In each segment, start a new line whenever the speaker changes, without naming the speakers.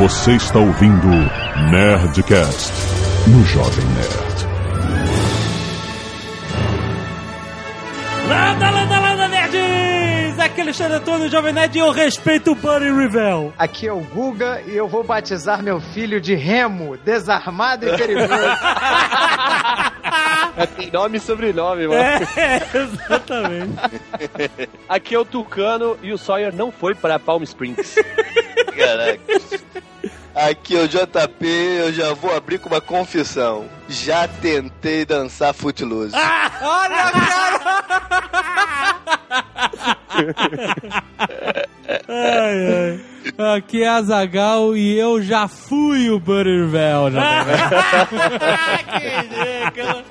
Você está ouvindo Nerdcast no Jovem Nerd.
Landa, landa, landa, nerds! Aqui é Alexandre Antônio, Jovem Nerd, e eu respeito o Buddy Rivel.
Aqui é o Guga, e eu vou batizar meu filho de Remo, desarmado e perigoso.
É, tem nome e sobrenome, mano.
É, exatamente.
Aqui é o Tucano e o Sawyer não foi para Palm Springs.
Caraca. Aqui é o JP, eu já vou abrir com uma confissão. Já tentei dançar Footloose.
Ah, olha, cara! ai, ai. Aqui é a Zagal e eu já fui o Buttervel. que ridículo!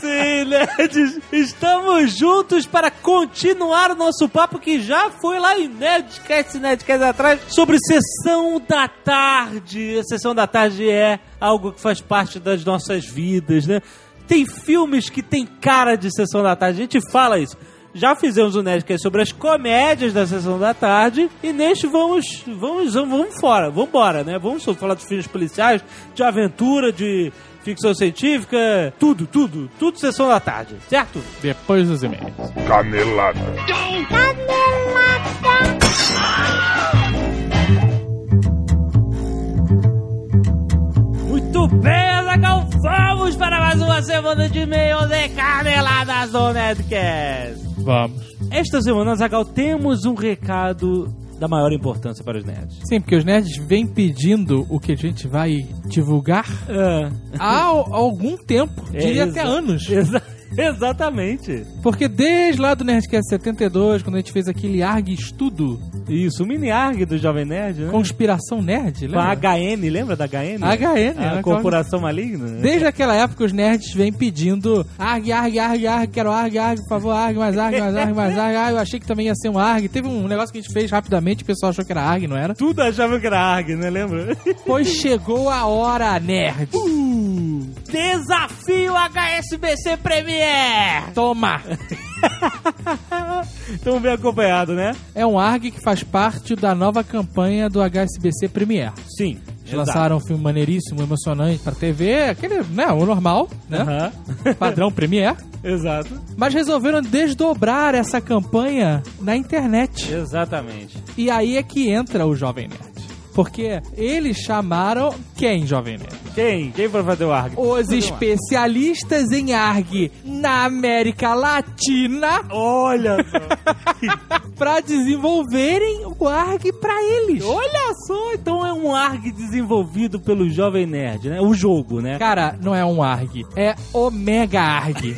Sim, nerds, estamos juntos para continuar o nosso papo que já foi lá em Nerdcast, Nerdcast atrás, sobre Sessão da Tarde. A Sessão da Tarde é algo que faz parte das nossas vidas, né? Tem filmes que tem cara de Sessão da Tarde, a gente fala isso já fizemos o um Nerdcast sobre as comédias da sessão da tarde e neste vamos vamos vamos fora, vamos embora, né? Vamos falar de filmes policiais, de aventura, de ficção científica, tudo, tudo, tudo sessão da tarde, certo?
Depois dos e-mails.
Canelada. Canelada.
Muito bem, Zagal, vamos para mais uma semana de e-mail de caneladas do Nerdcast.
Vamos.
Esta semana, Zagal, temos um recado da maior importância para os nerds.
Sim, porque os nerds vêm pedindo o que a gente vai divulgar é. há, algum tempo, é, diria até anos.
Exa exatamente.
Porque desde lá do Nerdcast 72, quando a gente fez aquele ARG estudo.
Isso, o mini ARG do Jovem Nerd, né?
Conspiração Nerd, lembra?
Com a HN, lembra da HN?
É. A HN.
A, né? a Corporação Maligna. Né?
Desde aquela época os nerds vêm pedindo ARG, ARG, ARG, ARG, quero ARG, ARG, por favor, ARG, mais ARG, mais ARG, mais ARG. Ah, eu achei que também ia ser um ARG. Teve um negócio que a gente fez rapidamente, o pessoal achou que era ARG, não era?
Tudo achava que era ARG, né? Lembra?
Pois chegou a hora, nerd.
Uh, desafio HSBC Premier!
Toma!
Estamos bem acompanhado, né?
É um ARG que faz parte da nova campanha do HSBC Premier.
Sim.
Eles Exato. lançaram um filme maneiríssimo, emocionante pra TV, aquele, né, o normal, né? Uhum. Padrão Premiere.
Exato.
Mas resolveram desdobrar essa campanha na internet.
Exatamente.
E aí é que entra o Jovem Nerd. Porque eles chamaram quem, Jovem Nerd?
Quem? Quem foi fazer o ARG?
Os especialistas em ARG na América Latina.
Olha
só. pra desenvolverem o ARG pra eles.
Olha só, então é um ARG desenvolvido pelo Jovem Nerd, né? O jogo, né?
Cara, não é um ARG, é Omega ARG.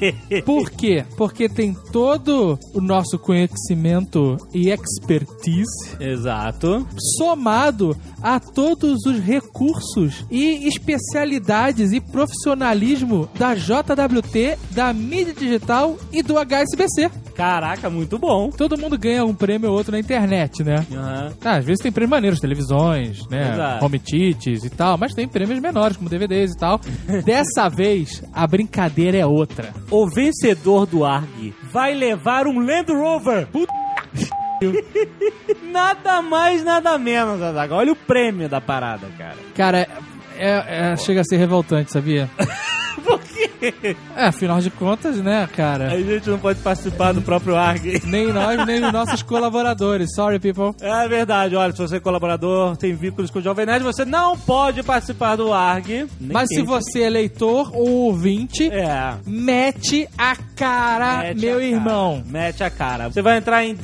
Por quê? Porque tem todo o nosso conhecimento e expertise.
Exato.
Somado a todos os recursos e especialidades e profissionalismo da JWT, da mídia digital e do HSBC.
Caraca, muito bom.
Todo mundo ganha um prêmio ou outro na internet, né?
Uhum.
Ah, às vezes tem prêmios maneiros, televisões, né? Exato. Home cheats e tal, mas tem prêmios menores, como DVDs e tal. Dessa vez, a brincadeira é outra.
O vencedor do ARG vai levar um Land Rover. Puta nada mais, nada menos, Azaga. Olha o prêmio da parada, cara.
Cara, é, é, chega a ser revoltante, sabia?
Por quê?
É, afinal de contas, né, cara?
A gente não pode participar do próprio ARG.
Nem nós, nem os nossos colaboradores. Sorry, people.
É verdade. Olha, se você é colaborador, tem vínculos com o Jovem Nerd, você não pode participar do ARG.
Nem Mas se você é leitor ou ouvinte,
é.
mete a cara, mete meu a irmão.
Cara. Mete a cara. Você vai entrar em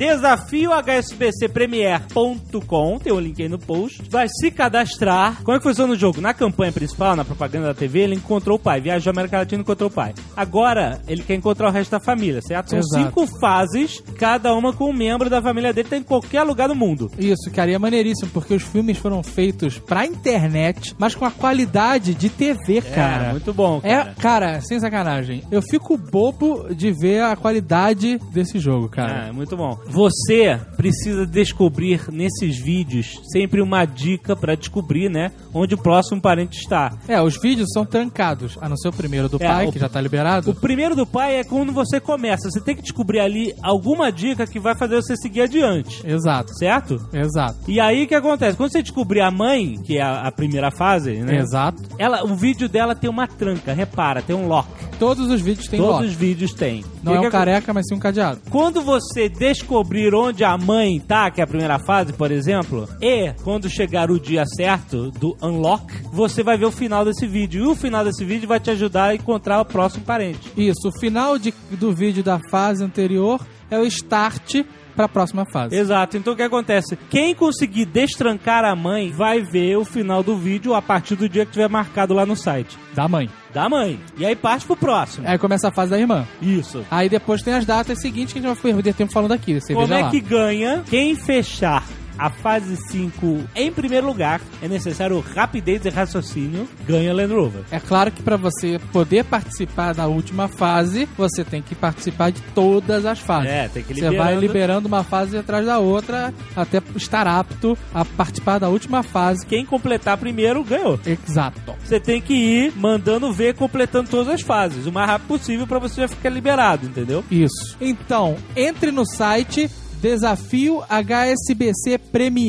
desafiohsbcpremier.com, tem o um link aí no post. Vai se cadastrar. Como é que funciona o jogo? Na campanha principal, na propaganda da TV, ele encontrou o pai. Viajou a América Latina encontrou o pai. Agora, ele quer encontrar o resto da família, certo? São
Exato.
cinco fases, cada uma com um membro da família dele, tá em qualquer lugar do mundo.
Isso, cara, e é maneiríssimo, porque os filmes foram feitos pra internet, mas com a qualidade de TV, cara.
É, muito bom,
cara. É, cara, sem sacanagem, eu fico bobo de ver a qualidade desse jogo, cara.
É, muito bom. Você precisa descobrir nesses vídeos sempre uma dica pra descobrir, né, onde o próximo parente está.
É, os vídeos são trancados, a não ser o primeiro do
é,
pai,
o-
que já tá
O
liberado.
primeiro do pai é quando você começa. Você tem que descobrir ali alguma dica que vai fazer você seguir adiante.
Exato,
Certo?
exato,
E aí o que acontece? Quando você descobrir a mãe, que é a, a primeira fase, né?
exato.
Ela, o vídeo dela tem uma tranca, repara, tem um lock.
Todos os vídeos têm
Todos
lock.
os vídeos têm.
Não
E
é
que
um
acon-
careca, mas sim um cadeado.
Quando você descobrir onde a mãe tá, que é a primeira fase, por exemplo, e quando chegar o dia certo do unlock, você vai ver o final desse vídeo. E o final desse vídeo vai te ajudar a encontrar o próximo parente.
Isso, o final de- do vídeo da fase anterior é o start pra próxima fase.
Exato. Então o que acontece? Quem conseguir destrancar a mãe vai ver o final do vídeo a partir do dia que tiver marcado lá no site.
Da mãe.
Da mãe. E aí parte pro próximo.
Aí começa a fase da irmã.
Isso.
Aí depois tem as datas seguintes que a gente vai perder tempo falando aqui. Você
Como
veja
é
lá.
que ganha? Quem fechar a fase 5 em primeiro lugar, é necessário rapidez e raciocínio, ganha Land Rover.
É claro que pra você poder participar da última fase, você tem que participar de todas as fases.
É, tem que
Ah, Você vai
liberando.
liberando uma fase atrás da outra até estar apto a participar da última fase. é
Quem completar primeiro, ganhou.
Exato.
Você tem que ir mandando ver, completando todas as fases, o mais rápido possível pra você já ficar liberado, entendeu?
Isso. Então, entre no site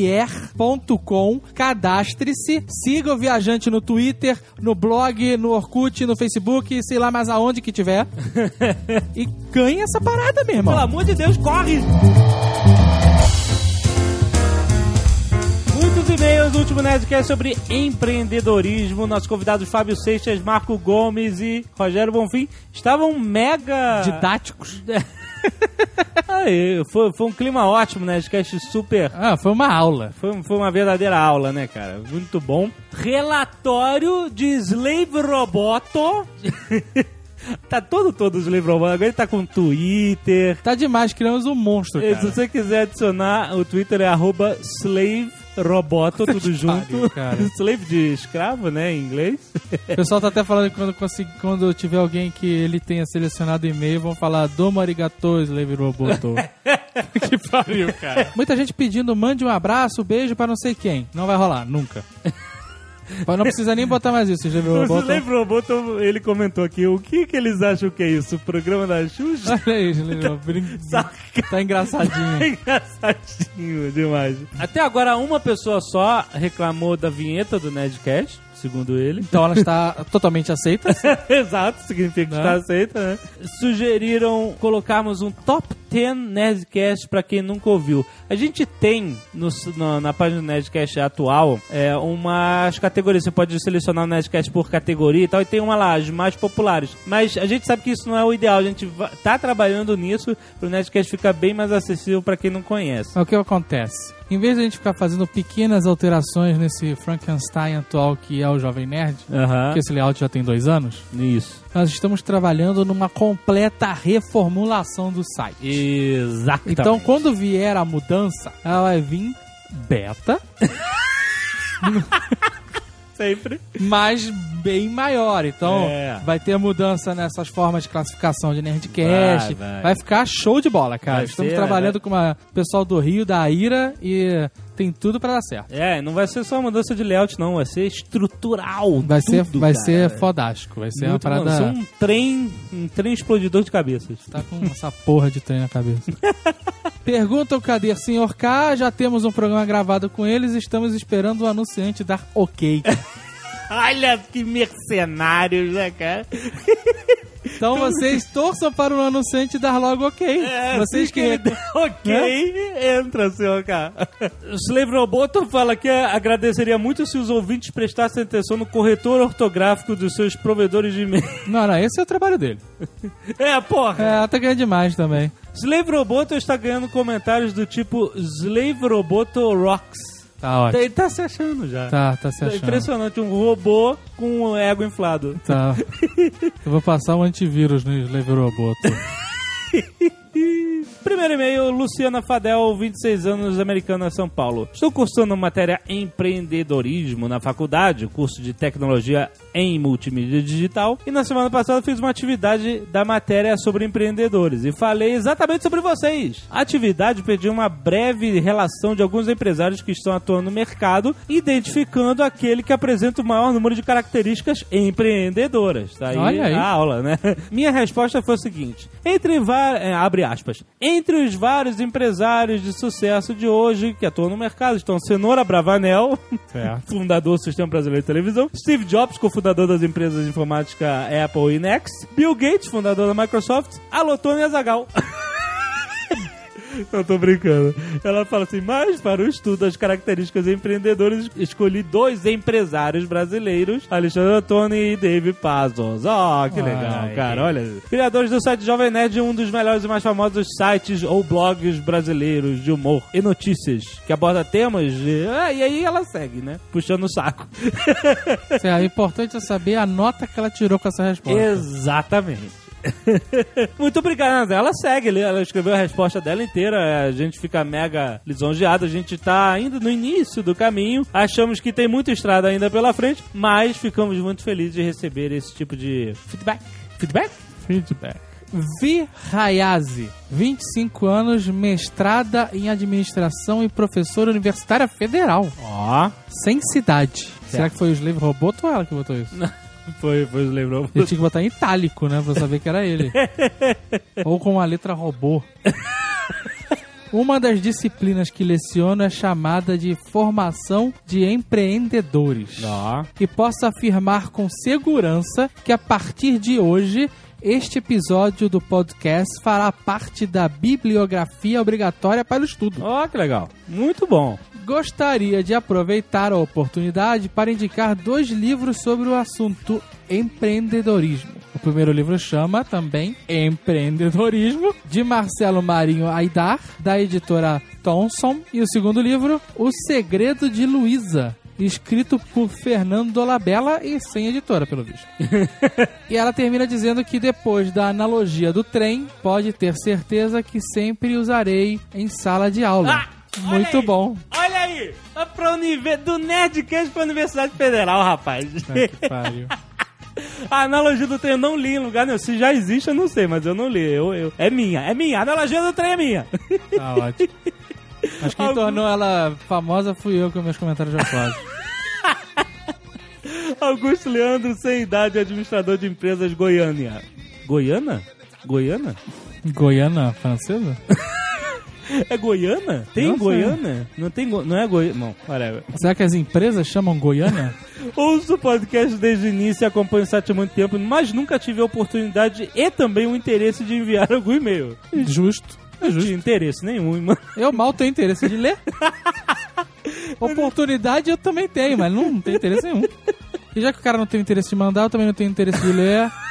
desafiohsbcpremier.com, cadastre-se, siga o viajante no Twitter, no blog, no Orkut, no Facebook, sei lá mais aonde que tiver. e ganha essa parada, meu irmão.
Pelo amor de Deus, corre! Muitos e-mails do último Nerdcast sobre empreendedorismo. Nossos convidados Fábio Seixas, Marco Gomes e Rogério Bonfim estavam mega.
Didáticos.
Aí, foi, foi um clima ótimo, Nerdcast super.
Ah, foi uma aula.
Foi, um- foi uma verdadeira aula, né, cara? Muito bom. Relatório de Slave Roboto. tá todo, todo Slave Roboto. Agora ele tá com Twitter.
Tá demais, criamos um monstro,
E
cara.
É, Se você quiser adicionar, o Twitter é arroba slaveroboto, tudo junto.
cara.
slave de escravo, né, em inglês.
O pessoal tá até falando que quando, consegui- quando tiver alguém que ele tenha selecionado e-mail, vão falar Domo arigato, Slave Roboto. que pariu, cara. Muita gente pedindo, mande um abraço, beijo pra não sei quem. Não vai rolar, nunca. Mas não precisa nem botar mais isso, Slave
O
Roboto.
Slave Roboto, ele comentou aqui, o que que eles acham que é isso? O programa da Xuxa?
Olha aí, Slave Roboto.
Saca.
Tá
É
engraçadinho.
Engraçadinho demais. Até agora, uma pessoa só reclamou da vinheta do Nerdcast, segundo ele.
Então ela está totalmente aceita.
Exato, significa que
Né?
está aceita, né? Sugeriram colocarmos um top 10 Nerdcast pra quem nunca ouviu. A gente tem no, na, na página do Nerdcast atual é, umas categorias. Você pode selecionar o Nerdcast por categoria e tal, e tem uma lá, as mais populares. Mas a gente sabe que isso não é o ideal. A gente va- tá trabalhando nisso pro Nerdcast ficar bem mais acessível pra quem não conhece.
Mas É o que acontece? Em vez de a gente ficar fazendo pequenas alterações nesse Frankenstein atual que é o Jovem Nerd,
Aham.
porque esse layout já tem dois anos,
Isso.
nós estamos trabalhando numa completa reformulação do site.
Exato.
Então, quando vier a mudança, ela vai vir beta,
sempre.
mas bem maior. Então,
É.
vai ter mudança nessas formas de classificação de Nerdcast.
Vai,
Vai,
vai.
ficar show de bola, cara.
Vai
estamos
ser, né?
trabalhando
vai.
com uma pessoal do Rio, da Ira, e tem tudo pra dar certo.
É, não vai ser só mudança de layout, não. Vai ser estrutural.
Vai ser,
tudo,
vai
cara.
ser fodástico. Vai ser
Muito
uma
bom. Vai
parada.
ser um trem, um trem explodidor de cabeças.
Tá com essa porra de trem na cabeça. Perguntam cadê o senhor K? Já temos um programa gravado com eles, estamos esperando o anunciante dar ok. Então
Olha que mercenários, né, cara?
Então vocês torçam para o anunciante dar logo ok.
É,
vocês que
Assim ele der Ok, entra, senhor K. O Slave Roboto fala que agradeceria muito se os ouvintes prestassem atenção no corretor ortográfico dos seus provedores de e-mail.
Não, não, esse é o trabalho dele.
É, porra!
É, tá ganhando demais também.
Slave Roboto está ganhando comentários do tipo Slave Roboto Rocks.
Tá ótimo.
Ele tá se achando já.
Tá, tá se
É
achando.
impressionante, um robô com um ego inflado.
Tá. Eu vou passar um antivírus no Slave Roboto.
Primeiro e-mail, Luciana Fadel, 26 anos, americana, São Paulo. Estou cursando matéria empreendedorismo na faculdade, curso de tecnologia em multimídia digital, e na semana passada fiz uma atividade da matéria sobre empreendedores e falei exatamente sobre vocês. A atividade pediu uma breve relação de alguns empresários que estão atuando no mercado, identificando aquele que apresenta o maior número de características empreendedoras. Tá aí,
Olha aí.
a aula, né? Minha resposta foi a seguinte: entre va- é, abre aspas, entre os vários empresários de sucesso de hoje que atuam no mercado estão Cenoura Bravanel, fundador do Sistema Brasileiro de Televisão, Steve Jobs, cofundador das empresas de informática Apple e Nex, Bill Gates, fundador da Microsoft, Alotone e Azagal. Eu tô brincando. Ela fala assim: mas para o estudo das características empreendedoras, escolhi dois empresários brasileiros, Alexandre Antoni e Dave Pazos. Oh, que legal, cara. Olha. Criadores do site Jovem Nerd, um dos melhores e mais famosos sites ou blogs brasileiros de humor e notícias que aborda temas. de- Ah, e aí ela segue, né? Puxando o saco.
Isso é importante é saber a nota que ela tirou com essa resposta.
Exatamente. Muito obrigado. Ela segue, ali, ela escreveu a resposta dela inteira. é, A gente fica mega lisonjeado. A gente tá ainda no início do caminho. Achamos que tem muita estrada ainda pela frente, mas ficamos muito felizes de receber esse tipo de feedback. Feedback?
Feedback. Vi Hayazi, 25 anos, mestrada em administração e professora universitária federal,
Ó,
sem cidade. Será que foi o Slave Roboto ou ela que botou isso?
foi, foi, lembrou.
Eu tinha que botar em itálico, né? Pra saber que era ele. Ou com a letra robô. Uma das disciplinas que leciono é chamada de formação de empreendedores.
Ó.
E posso afirmar com segurança que a partir de hoje. Este episódio do podcast fará parte da bibliografia obrigatória para o estudo.
Ó, que legal. Muito bom.
Gostaria de aproveitar a oportunidade para indicar dois livros sobre o assunto empreendedorismo. O primeiro livro chama também Empreendedorismo, de Marcelo Marinho Aidar, da editora Thomson. E o segundo livro, O Segredo de Luísa, escrito por Fernando Labella e sem editora, pelo visto. E ela termina dizendo que depois da analogia do trem, pode ter certeza que sempre usarei em sala de aula.
Ah, olha
Muito
aí.
bom.
Olha aí! Tá pra univer... Do Nerdcast pra Universidade Federal, rapaz. A analogia do trem eu não li em lugar nenhum. Se já existe, eu não sei, mas eu não li. Eu, eu... É minha, é minha. A analogia do trem é minha.
Tá ótimo. Acho que quem
Algum-
tornou ela famosa fui eu com meus comentários jocosos.
Augusto Leandro, sem idade, administrador de empresas Goiânia. Goiana? Goiana?
Goiana francesa?
É Goiana? Tem
Não sei.
Goiana? Não tem Go- Não é Goiana? Não, whatever.
Será que as empresas chamam Goiana?
Ouço o podcast desde o início e acompanho o site há muito tempo, mas nunca tive a oportunidade e também o interesse de enviar algum e-mail.
Justo. É
Não
justo.
tinha interesse nenhum, mano.
Eu mal tenho interesse de ler. Oportunidade eu também tenho, mas não tenho interesse nenhum. E já que o cara não tem interesse de mandar, eu também não tenho interesse de ler.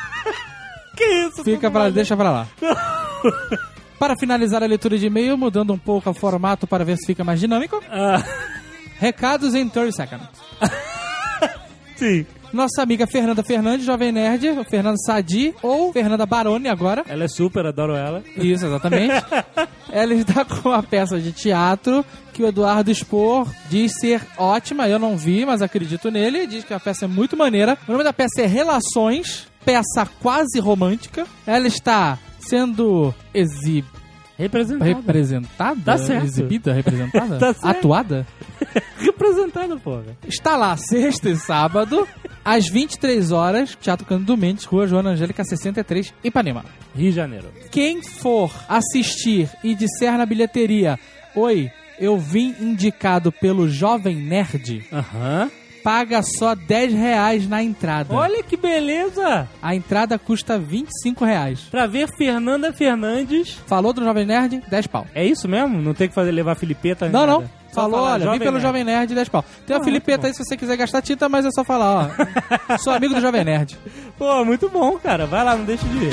Que isso?
Fica pra lá, deixa pra lá. Para finalizar a leitura de e-mail, mudando um pouco o formato para ver se fica mais dinâmico.
Ah,
Recados em 30 seconds.
sim.
Nossa amiga Fernanda Fernandes, Jovem Nerd, ou Fernanda Sadi ou Fernanda Baroni agora.
Ela é super, adoro ela.
Isso, exatamente. Ela está com uma peça de teatro que o Eduardo Spor diz ser ótima. Eu não vi, mas acredito nele. Diz que a peça é muito maneira. O nome da peça é Relações, peça quase romântica. Ela está sendo exibida.
Representada.
Representada?
Tá certo.
Exibida, representada?
Tá certo.
Atuada?
Representada, pô.
Está lá sexta e sábado, às 23 horas, Teatro Cândido Mendes, Rua Joana Angélica 63, Ipanema.
Rio de Janeiro.
Quem for assistir e disser na bilheteria: Oi, eu vim indicado pelo Jovem Nerd,
Aham. É.
paga só 10 reais na entrada.
Olha que beleza!
A entrada custa 25 reais.
Pra ver Fernanda Fernandes.
Falou do Jovem Nerd, 10 pau.
É isso mesmo? Não tem que fazer levar Filipeta? nem
Não,
nada.
não.
Só
Falou,
falar,
olha, vim pelo
Nerd. é
Jovem Nerd, 10 pau. Tem a Filipeta aí se você quiser gastar tinta, mas é só falar, ó. Sou amigo do Jovem Nerd.
Pô, muito bom, cara. Vai lá, não deixa de ver.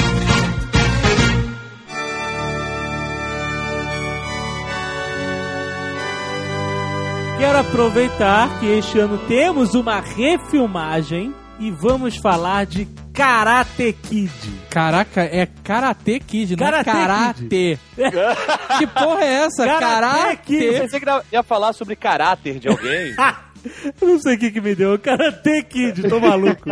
Quero aproveitar que este ano temos uma refilmagem e vamos falar de Karate Kid.
Caraca, é Karate Kid, não é
Karate
Karate. que porra é essa?
Karate
Karate.
Kid.
Eu pensei que ia falar sobre caráter de alguém.
Ah, Eu não sei o que, que me deu. Karate Kid, tô maluco.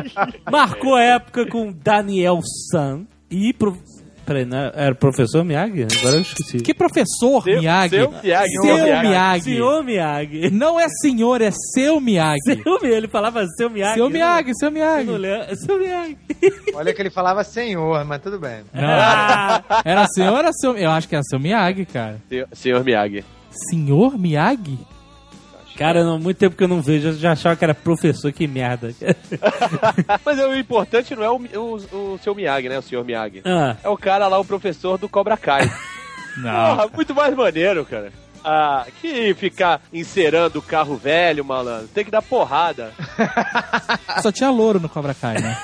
Marcou a época com Daniel San e. Pro... Peraí, não era- era professor Miyagi? Agora eu esqueci.
Que professor,
Seu-
Miyagi.
seu Miyagi,
Seu
seu
Miyagi.
Miyagi.
Senhor Miyagi.
Não é senhor, é seu Miyagi.
Seu Miyagi. Ele falava seu Miyagi. né?
Seu Miyagi, seu
Eu não
Miyagi.
lembro. Seu Miyagi.
Olha que ele falava senhor, mas tudo bem.
Ah,
Era senhor, era seu... Eu acho que era seu Miyagi, cara.
Senhor- Senhor Miyagi.
Senhor Miyagi?
cara, não, muito tempo que eu não vejo. Eu já achava que era professor, que merda.
Mas é, o importante não é o, o, o seu Miyagi, né? O senhor Miyagi.
Ah,
É o cara lá, o professor do Cobra Kai. Porra, muito mais maneiro, cara. Ah, que ficar encerando o carro velho, malandro. Tem que dar porrada.
Só tinha louro no Cobra Kai, né?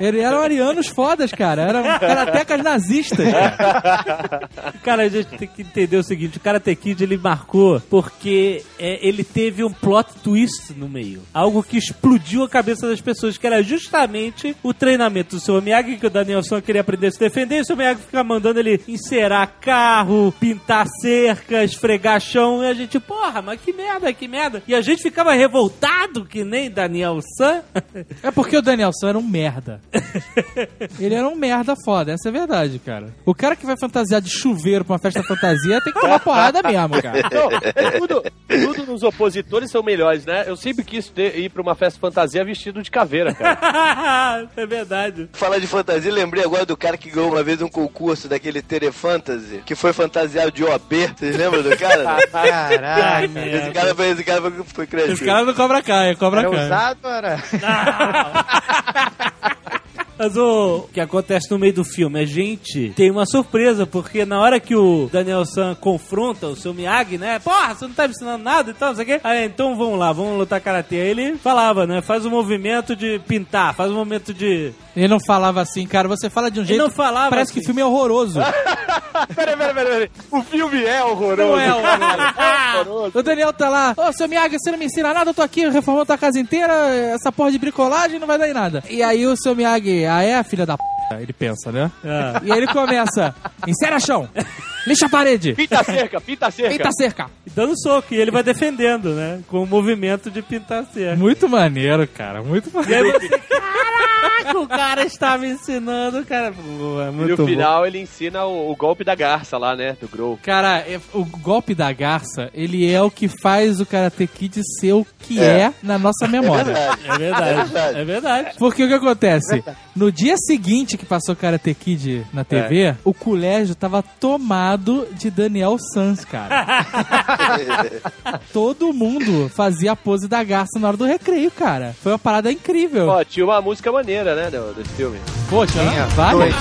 Eles eram arianos fodas, cara. Eram karatecas nazistas. Cara.
cara, a gente tem que entender o seguinte: o Karate Kid ele marcou porque é, ele teve um plot twist no meio. Algo que explodiu a cabeça das pessoas, que era justamente o treinamento do seu Miyagi, que o Danielson queria aprender a se defender, e o seu Miyagi fica mandando ele encerar carro, pintar cerca, esfregar chão, e a gente, porra, mas que merda, que merda. E a gente ficava revoltado, que nem Daniel San.
É porque o Danielson era um merda. Ele era um merda foda, essa é a verdade, cara. O cara que vai fantasiar de chuveiro pra uma festa fantasia tem que tomar porrada mesmo, cara.
Não, é tudo, tudo nos opositores são melhores, né? Eu sempre quis ter- ir pra uma festa fantasia vestido de caveira, cara.
é verdade.
Falar de fantasia, lembrei agora do cara que ganhou uma vez um concurso daquele Tere Fantasy, que foi fantasiado de OB. Vocês lembram do cara?
Caraca.
esse cara foi, esse cara foi, foi crescido.
Esse cara não Cobra Kai, é Cobra
Era
Kai.
usado, era?
Mas o que acontece no meio do filme? A gente tem uma surpresa, porque na hora que o Daniel San confronta o seu Miyagi, né? Porra, você não tá me ensinando nada e tal, não sei o quê. Aí, então vamos lá, vamos lutar karatê. Aí ele falava, né? Faz um movimento de pintar, faz um movimento de.
Ele não falava assim, cara. Você fala de um jeito.
não falava
Parece que
assim.
o filme é horroroso.
peraí, peraí, peraí, peraí. O filme é horroroso.
Não é horroroso. O Daniel tá lá, ô seu Miyagi, você não me ensina nada, eu tô aqui reformando tua casa inteira, essa porra de bricolagem não vai dar em nada. E aí o seu Miyagi, ah é, filha da p, ele pensa, né?
Ah.
E aí ele começa, insera chão, lixa a parede,
Pinta a cerca, pinta a cerca.
pinta a cerca.
Dando soco, e ele vai defendendo, né? Com o movimento de pintar cerca.
Muito maneiro, cara, muito
E aí
maneiro.
você, caraca, o cara estava ensinando, cara. Pô, é
E
muito
no
bom.
final ele ensina o, o golpe da garça lá, né? Do Grow.
Cara, é- o golpe da garça, ele é o que faz o Karate Kid ser o que é, na nossa memória.
É verdade, é verdade.
Porque o que acontece? No dia seguinte que passou Karate Kid na TV, o colégio tava tomado de Daniel Sanz, cara. Todo mundo fazia a pose da garça na hora do recreio, cara. Foi uma parada incrível.
Ó, tinha uma música maneira, né? do- desse filme.
Poxa, né?
tinha
várias.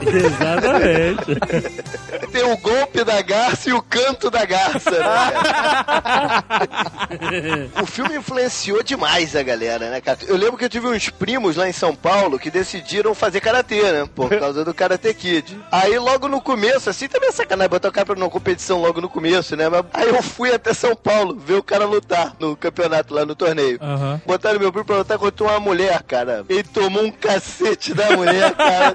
Exatamente.
Tem o golpe da garça e o canto da garça. né, cara? o filme influenciou demais a galera, né, cara? Eu lembro que eu tive uns primos lá em São Paulo que decidiram fazer karatê, né? Por causa do Karate Kid. Aí logo no começo, assim, também é sacanagem botar o cara pra uma competição logo no começo, né? Mas aí eu fui até São Paulo ver o cara lutar no campeonato lá no torneio.
Aham.
Botaram meu primo pra lutar contra uma mulher, cara. Ele tomou um cacete da mulher, cara.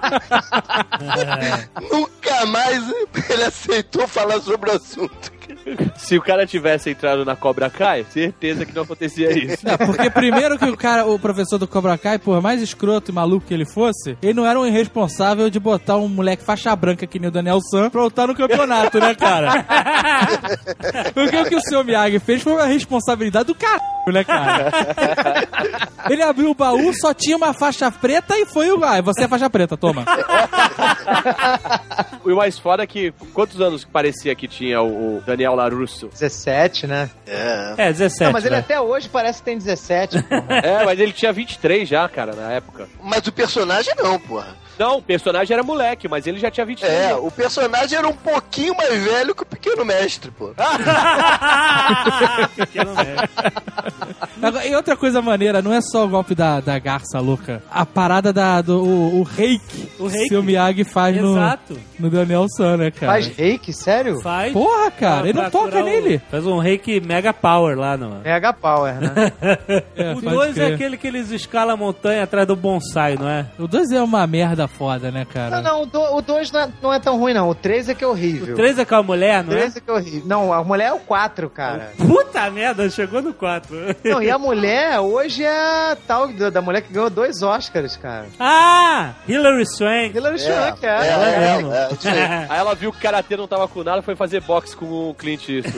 Nunca mais ele aceitou falar sobre o assunto.
Se o cara tivesse entrado na Cobra Kai, certeza que não acontecia isso.
É, porque primeiro que o cara, o professor do Cobra Kai, por mais escroto e maluco que ele fosse, ele não era um irresponsável de botar um moleque faixa branca que nem o Daniel San pra lutar no campeonato, né, cara? Porque o que o seu Miyagi fez foi uma responsabilidade do caralho, né, cara? Ele abriu o baú, só tinha uma faixa preta e foi o... Ah, você é faixa preta, toma.
E o mais foda é que quantos anos parecia que tinha o, o Daniel Larusso?
17, né?
É.
É, 17.
Não, mas ele
vai.
até hoje parece que tem 17. porra.
É, mas ele tinha 23 já, cara, na época.
Mas o personagem não, porra.
Não, o personagem era moleque, mas ele já tinha 23.
É, o personagem era um pouquinho mais velho que o Pequeno Mestre, pô.
Agora, e outra coisa maneira, não é só o golpe da, da garça louca. A parada da, do o, o reiki.
O reiki.
Seu Miyagi faz no,
Exato.
no Daniel San, né, cara?
Faz reiki, sério?
Faz.
Porra, cara, ele não
pra
toca
curar o-
nele.
Faz um reiki mega power lá, não.
Mega Power, né?
É,
o
pode
2 é
crer.
aquele que eles escalam a montanha atrás do bonsai, não é?
O 2 é uma merda foda, né, cara?
não, não, o do- o 2 não, é, não é tão ruim, não. O 3 é que é horrível.
O 3 é com a mulher,
O
não é?
3 é que é horrível. Não, a mulher é o 4, cara.
Puta merda, chegou no 4.
Não, e a mulher hoje é a tal da da mulher que ganhou dois Oscars, cara.
ah! Hillary Swank.
Hillary Swank, é.
é, é,
mesmo.
é, isso aí.
Aí ela viu que o karatê não tava com nada, foi fazer boxe com o Clint Eastwood.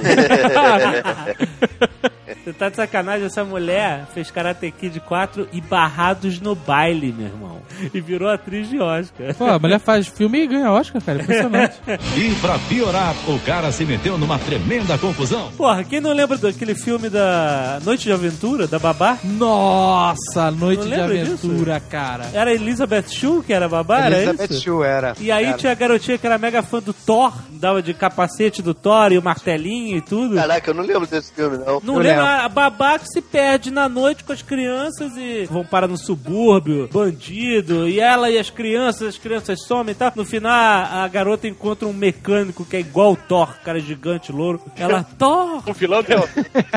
Você tá de sacanagem, essa mulher fez Karate Kid 4 e Barrados no Baile, meu irmão. E virou atriz de Oscar.
Pô, a mulher faz filme e ganha Oscar, cara. Impressionante.
E pra piorar, o cara se meteu numa tremenda confusão.
Porra, quem não lembra daquele filme da Noite de Aventura, da babá?
Nossa, noite
Não
de
lembra
aventura, cara.
Era Elizabeth Shue que era babá, era
Elizabeth
é isso?
Shue era.
E aí
Era.
tinha a garotinha que era mega fã do Thor, dava de capacete do Thor e o martelinho e tudo.
Caraca, eu não lembro desse filme, não.
Não
Eu
lembra?
lembro.
A babá que se perde na noite com as crianças e vão parar no subúrbio, bandido, e ela e as crianças, as crianças somem e tal. No final, a a garota encontra um mecânico que é igual o Thor, cara gigante, louro. Ela, Thor!
o vilão que é o...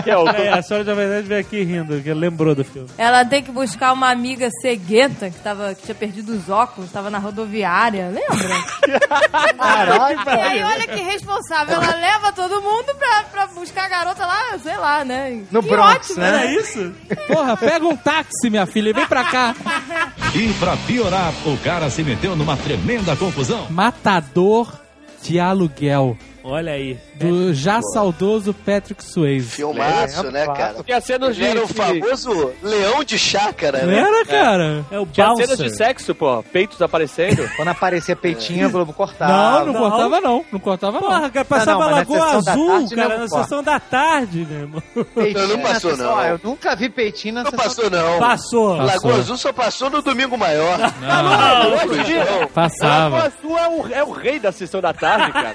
Que é o...
É, a senhora, na verdade, veio aqui rindo, porque lembrou do filme.
Ela tem que buscar uma amiga cegueta que, tava, que tinha perdido os óculos, tava na rodoviária, lembra? e aí, olha que responsável, ela leva todo mundo pra, pra buscar a garota lá, sei lá, né?
No
que
Bronx,
ótimo,
né?
Era isso?
Porra, pega um táxi, minha filha, e vem pra cá.
E pra piorar, o cara se meteu numa tremenda confusão.
Matador de aluguel.
Olha aí.
Do já saudoso Patrick Swayze.
Filmaço,
É,
né,
claro.
cara?
Que é cenas
Ele
de,
era o
de,
famoso leão de chácara,
Não
né?
era, cara?
É o
tinha cenas de
Bouncer.
sexo, pô. Peitos aparecendo.
Quando aparecia peitinho, a Globo cortava.
Não, Ah, não
não.
cortava não. Não cortava não.
Porra, cara, passava
Não, não, mas na
Lagoa
sessão da
Azul,
tarde,
né,
né,
cara,
não,
na
porra.
sessão da tarde, meu irmão.
Peitinho
Não, não
na
passou,
sessão-
não.
Ah, Eu nunca vi peitinho na
Não
sessão-
passou, não.
Passou.
Lagoa Azul só passou no Domingo Maior.
Não, Ah, é.
Não,
hoje em dia,
não.
Lagoa
Passava,
Azul é o, é o rei da sessão da tarde, cara.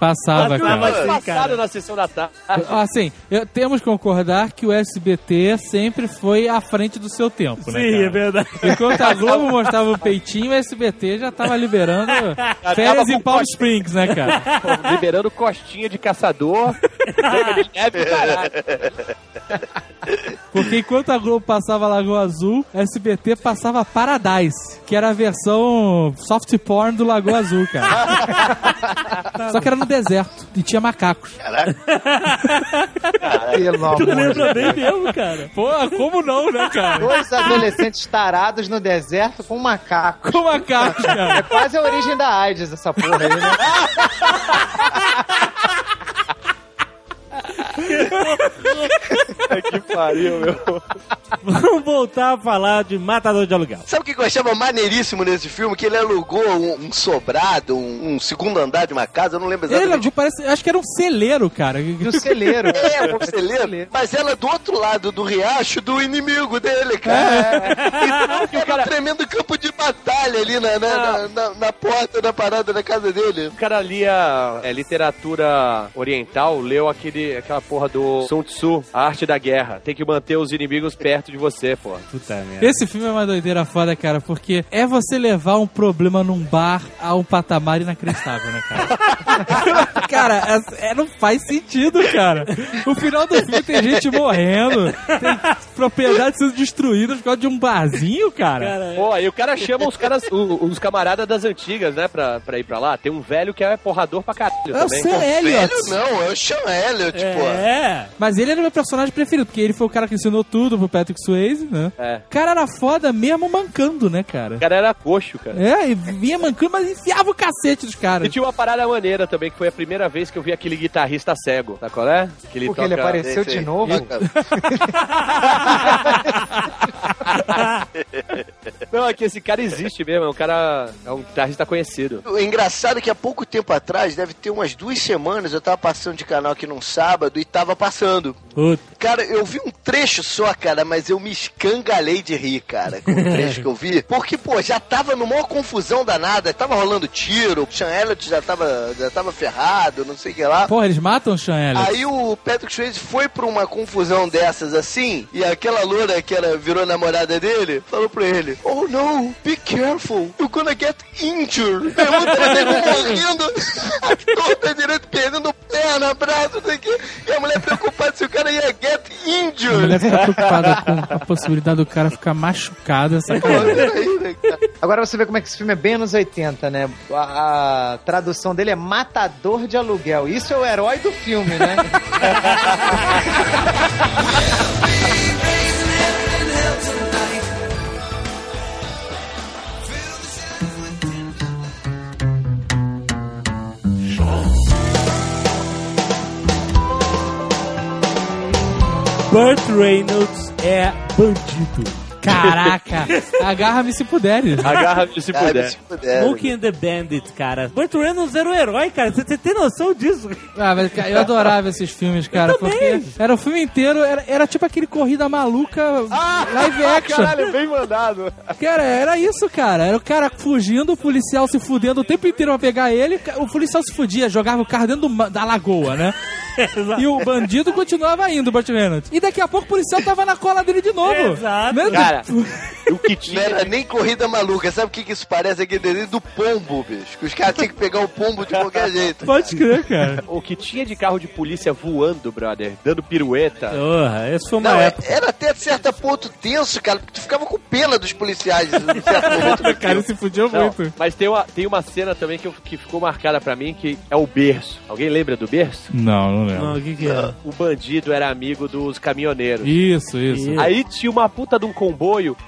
passava,
Passava
cara.
assim, cara.
Passado na sessão da tarde.
Assim, eu- temos que concordar que o SBT sempre foi à frente do seu tempo, né,
Sim, é
cara?
verdade.
Enquanto a Globo mostrava o peitinho, o SBT já tava liberando férias
tava
em
com
Palm
pote.
Springs, né, cara?
Pô, liberando costinha de caçador. Branca de neve, caralho.
Porque enquanto a Globo passava Lagoa Azul, o SBT passava Paradise, que era a versão soft porn do Lagoa Azul, cara. Só que era no deserto e tinha macacos.
Pelo
Tu
amor de
lembra bem mesmo, cara.
Pô, como não, né, cara?
Dois adolescentes tarados no deserto com um macaco.
Com macacos,
É
cara.
quase a origem da AIDS, essa porra aí, né?
Que pariu, meu.
Vamos voltar a falar de Matador de Aluguel.
Sabe o que eu achava maneiríssimo nesse filme? Que ele alugou um, um sobrado, um, um segundo andar de uma casa, eu não lembro
Ele
exatamente.
largou, parece, acho que era um celeiro, cara.
E o celeiro.
É, um celeiro, mas ela do outro lado do riacho do inimigo dele, cara. Então, era um tremendo campo de batalha ali na, na, na- na- na porta da parada da casa dele.
O cara lia é, literatura oriental, leu aquele, aquela porra do Sun Tzu, A Arte da Guerra. Tem que manter os inimigos perto de você, pô.
Puta merda.
Esse filme é uma doideira foda, cara, porque é você levar um problema num bar a um patamar inacreditável, né, cara? cara, é, é- não faz sentido, cara. O final do filme tem gente morrendo, tem propriedades sendo destruídas por causa de um barzinho, cara.
Cara,
É. Pô, aí o cara chama os caras, o- os camaradas das antigas, né, pra, pra ir pra lá. Tem um velho que é porrador pra caralho
É o
também. né?
Sam Elliott.
Velho não, é o Sean Elliott, pô.
é.
Mas ele era o meu personagem preferido, porque ele foi o cara que ensinou tudo pro Patrick Swayze, né?
É.
O cara era foda mesmo mancando, né,
O
cara?
cara era coxo, cara.
É, e vinha mancando, mas enfiava o cacete dos
E tipo,
caras.
tinha uma parada maneira também, que foi a primeira vez que eu vi aquele guitarrista cego, tá qual é? Que ele
Porque ele apareceu
Sei,
de
sei.
novo.
Não, é que esse cara existe mesmo, é um cara. É um guitarrista conhecido.
O engraçado é que há pouco tempo atrás, deve ter umas duas semanas, eu tava passando de canal aqui num sábado e tava passando.
Puta.
Cara, eu vi um trecho só, cara, mas eu me escangalhei de rir, cara, com o trecho que eu vi. Porque, pô, já tava numa confusão danada, tava rolando tiro, o Sean Elliott já tava, já tava ferrado, não sei o que lá.
Porra, eles matam o Sean Elliott.
Aí o Patrick Swayze foi pra uma confusão dessas assim, e aquela loura que era, virou namorada namorada dele falou pra ele: Oh não, be careful, you're gonna get injured. Pergunta ele morrendo, toda direito, perdendo perna, braço, não sei o quê. E a mulher preocupada se o cara ia get
A mulher
injured.
fica preocupada com a possibilidade do cara ficar machucado, essa
Pô,
coisa.
peraí, né, cara?
Agora você vê como é que esse filme é bem anos 80, né? A, a tradução dele é Matador de Aluguel. Isso é o herói do filme, né?
Burt Reynolds é bandido.
Caraca, agarra-me se puderes.
Agarra-me se
Cara,
puder.
se puder. né?
Smoking and the Bandit, cara. Burt Reynolds era o herói, cara. Você tem noção disso?
Ah, mas, cara, eu adorava esses filmes, cara, porque
também.
era o filme inteiro, era, era tipo aquele corrida maluca live
Ah,
action.
Caralho, bem mandado.
Cara, era isso, cara. Era o cara fugindo, o policial se fudendo o tempo inteiro pra pegar ele. O policial se fudia, jogava o carro dentro do ma- da lagoa, né?
Exato.
E o bandido continuava indo, Burt Reynolds. E daqui a pouco o policial tava na cola dele de novo.
Exato.
Né?
Cara, o que
Não
tinha.
era nem corrida maluca, sabe o que, que isso parece? Aquele desenho do pombo, bicho. Que os caras tinham que pegar o pombo de qualquer jeito.
Pode crer, cara.
O que tinha de carro de polícia voando, brother, dando pirueta.
Porra, essa foi uma
Não, é-
época.
era até certo ponto tenso, cara, porque tu ficava com pena dos policiais em certo momento. do
cara
filme.
se fudiu
Não,
muito.
mas tem uma, tem uma cena também que, eu- que ficou marcada pra mim, que é o berço. Alguém lembra do berço?
Não, não lembro.
Não, o que que é? era?
O bandido era amigo dos caminhoneiros.
Isso, isso.
Isso.
Aí tinha uma puta de um comboio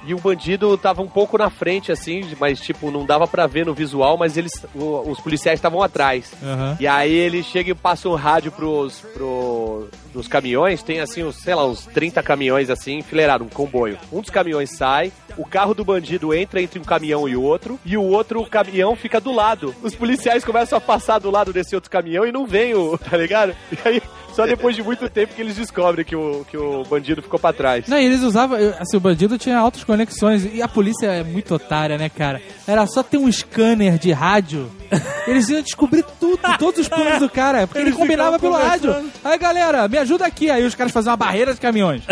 e o bandido tava um pouco na frente, assim, mas tipo, não dava pra ver no visual, mas eles. o- os policiais estavam atrás.
Aham.
E aí ele chega e passa um rádio pros, pro, pros caminhões, tem assim, uns, sei lá, uns 30 caminhões assim, enfileirado, um comboio. Um dos caminhões sai, o carro do bandido entra entre um caminhão e o outro, e o outro caminhão fica do lado. Os policiais começam a passar do lado desse outro caminhão e não vem o, tá ligado? E aí, só depois de muito tempo que eles descobrem que o, que o bandido ficou pra trás.
Não, e eles usavam. eu- Assim, o bandido tinha altas conexões. E a polícia é muito otária, né, cara? Era só ter um scanner de rádio. Eles iam descobrir tudo, todos os planos do cara. Porque
Eles
ele combinava pelo
ficavam
rádio.
conversando.
Aí, galera, me ajuda aqui. Aí os caras faziam uma barreira de caminhões.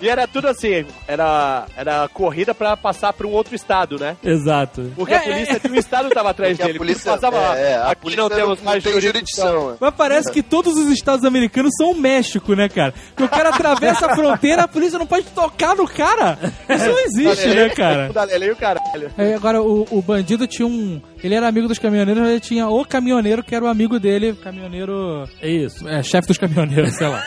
E era tudo assim, era, era corrida pra passar pra um outro estado, né?
Exato.
Porque a
é.
polícia de um estado tava atrás
Porque
dele.
a polícia,
passava lá.
é, a
aqui
polícia
não temos
não
mais
tem jurisdição. né?
Mas parece que todos os estados americanos são o México, né, cara? Que o cara atravessa a fronteira, a polícia não pode tocar no cara. Isso não existe, né, cara?
Da Lele e o caralho.
Aí, agora, o, o bandido tinha um. Ele era amigo dos caminhoneiros, mas ele tinha o caminhoneiro que era o amigo dele, caminhoneiro.
É isso.
É, chefe dos caminhoneiros, sei lá.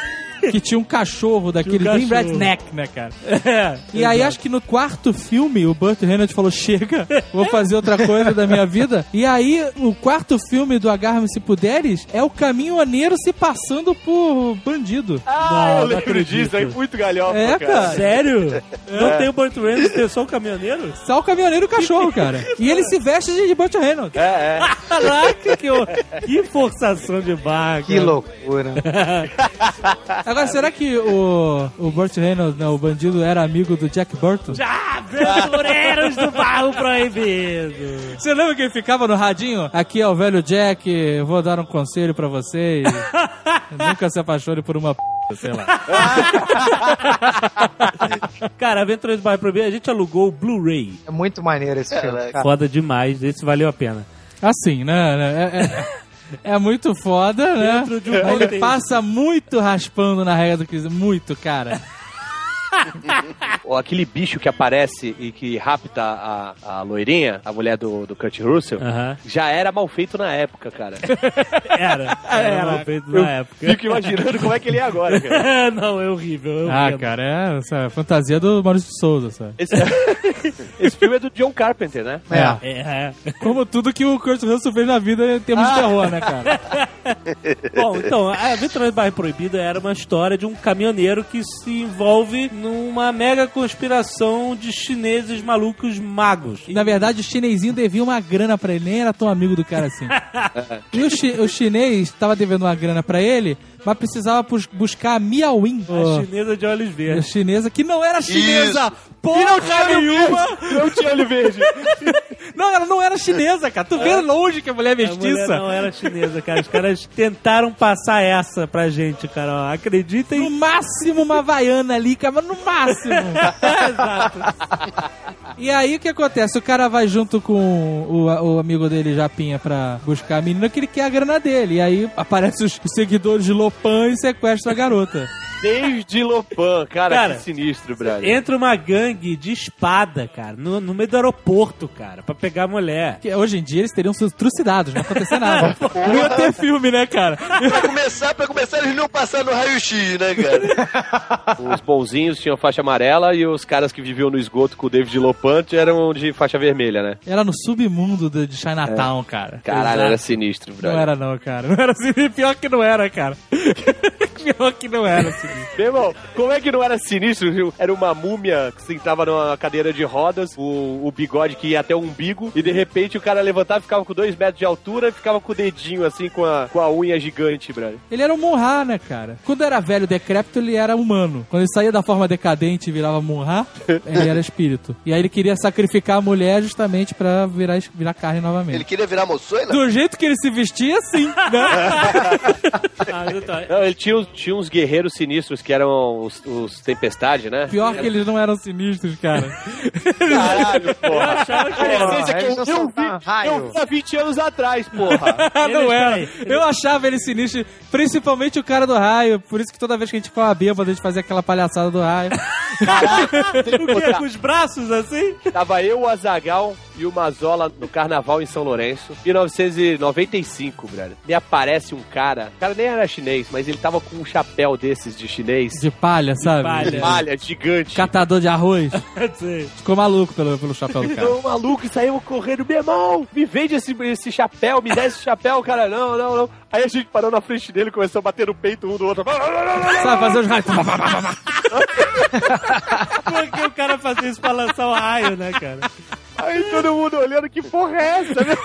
Que tinha um cachorro daquele
Tinha um
Dream
cachorro.
Redneck, né, cara?
É.
E aí, acho que no quarto filme, o Burt Reynolds falou: Chega, vou fazer outra coisa da minha vida. E aí, o quarto filme do Agarra-me Se Puderes é o caminhoneiro se passando por bandido.
Ah,
Não,
eu
não
lembro
acredito.
disso, aí muito galhofa,
É, cara.
Sério? Não tem o Burt Reynolds, tem só o caminhoneiro?
Só o caminhoneiro e o cachorro, cara. E ele se veste de Burt Reynolds.
É, é.
Caraca, que, eu- que forçação de barra,
Que
cara.
loucura.
Agora, será que o, o Burt Reynolds, né, o bandido, era amigo do Jack Burton?
Ah, aventureiros do barro proibido.
Você lembra que ele ficava no radinho? Aqui é o velho Jack, eu vou dar um conselho pra vocês. Nunca se apaixone por uma p... sei lá.
Cara, Aventureiros do Barro Proibido, a gente alugou o Blu-ray.
É muito maneiro esse filme,
Caraca.
cara.
Foda demais, esse valeu a pena.
Assim, né? né, É, é- é muito foda, né?
Dentro de um
Aí ele
contexto.
passa muito raspando na regra do Chris. Muito, cara.
Ó, Aquele bicho que aparece e que rapta a, a loirinha, a mulher do, do Kurt Russell,
Aham.
já era mal feito na época, cara.
Era, era mal feito na época.
Fico imaginando como é que ele é agora, cara.
Não, é horrível. é
Ah,
horrível.
cara, é essa fantasia do Maurício de Souza, sabe?
Esse, esse filme é do John Carpenter, né?
É.
É.
Como tudo que o Kurt Russell fez na vida em termos de terror, né, cara?
Bom, então, a Aventuras do Bairro Proibido era uma história de um caminhoneiro que se envolve numa mega conspiração de chineses malucos magos.
Na verdade, o chinesinho devia uma grana pra ele, nem era tão amigo do cara assim. e o, chi- o chinês tava devendo uma grana pra ele, mas precisava pus- buscar a Miaoin.
A chinesa de olhos
A
verdes.
chinesa que não era chinesa! Porra nenhuma!
Eu tinha olho verde.
Não, ela não era chinesa, cara. Tu vê longe que a mulher é
A mulher
mestiça.
não era chinesa, cara. Os caras tentaram passar essa pra gente, cara. Ó,
No
Acreditem.
máximo uma havaiana ali, cara, mas no máximo.
Exato.
E aí o que acontece? O cara vai junto com o, o amigo dele, Japinha, pra buscar a menina que ele quer a grana dele. E aí aparecem os seguidores de Lopan e sequestram a garota.
Desde Lopan, cara,
Cara, é-
que sinistro, brother.
Entra uma gangue de espada, cara, no, no meio do aeroporto, cara, pra pegar a mulher.
Que hoje em dia eles teriam sido trucidados, não aconteceu nada. não ia ter filme, né, cara?
Pra começar, pra começar, eles não passaram no raio-x, né, cara?
Os bonzinhos tinham faixa amarela e os caras que viviam no esgoto com o David Lopan eram de faixa vermelha, né?
Era no submundo de, de Chinatown, cara.
Caralho,
Exato.
era sinistro, brother.
Não era não, cara. Não era assim. Pior que não era, cara. Pior que não era assim.
Meu irmão, como é que não era sinistro, viu? Era uma múmia que sentava numa cadeira de rodas, o, o bigode que ia até o umbigo, e de repente o cara levantava, ficava com dois metros de altura e ficava com o dedinho assim, com a, com a unha gigante, brother.
Ele era um Monra, né, cara? Quando era velho decrépito, ele era humano. Quando ele saía da forma decadente e virava Monra, ele era espírito. E aí ele queria sacrificar a mulher justamente pra virar, es- virar carne novamente.
Ele queria virar moçoila?
Do jeito que ele se vestia, sim, né?
Ah, então,
Não, ele tinha, uns- tinha uns guerreiros sinistros que eram os, os Tempestade, né?
Pior que eles não eram sinistros, cara.
Caralho, porra.
acharam que era-
Essa que
eles não
eu,
soltaram
vi,
raio.
eu vi há 20 anos atrás, porra.
Ah, não
Eles-
era.
peraí,
Eu achava ele sinistro, principalmente o cara do raio. Por isso que toda vez que a gente ficava bêbado, a gente fazia aquela palhaçada do raio.
O quê? Com os braços assim?
Tava eu, o Azagal e o Mazola no carnaval em São Lourenço, 1995, brother. Me aparece um cara, o cara nem era chinês, mas ele tava com um chapéu desses de chinês,
De palha, sabe?
palha.
malha gigante.
Catador de arroz.
Sim.
Ficou maluco pelo, pelo chapéu do cara.
Então, maluco, e saiu correndo, meu irmão, me vende esse, esse chapéu, me dá esse chapéu, cara, não, não, não. Aí a gente parou na frente dele, começou a bater no peito um do outro.
Sabe, fazer os raios.
Por que o cara fazia isso pra lançar o raio, né, cara?
Aí todo mundo olhando, que porra é essa, né?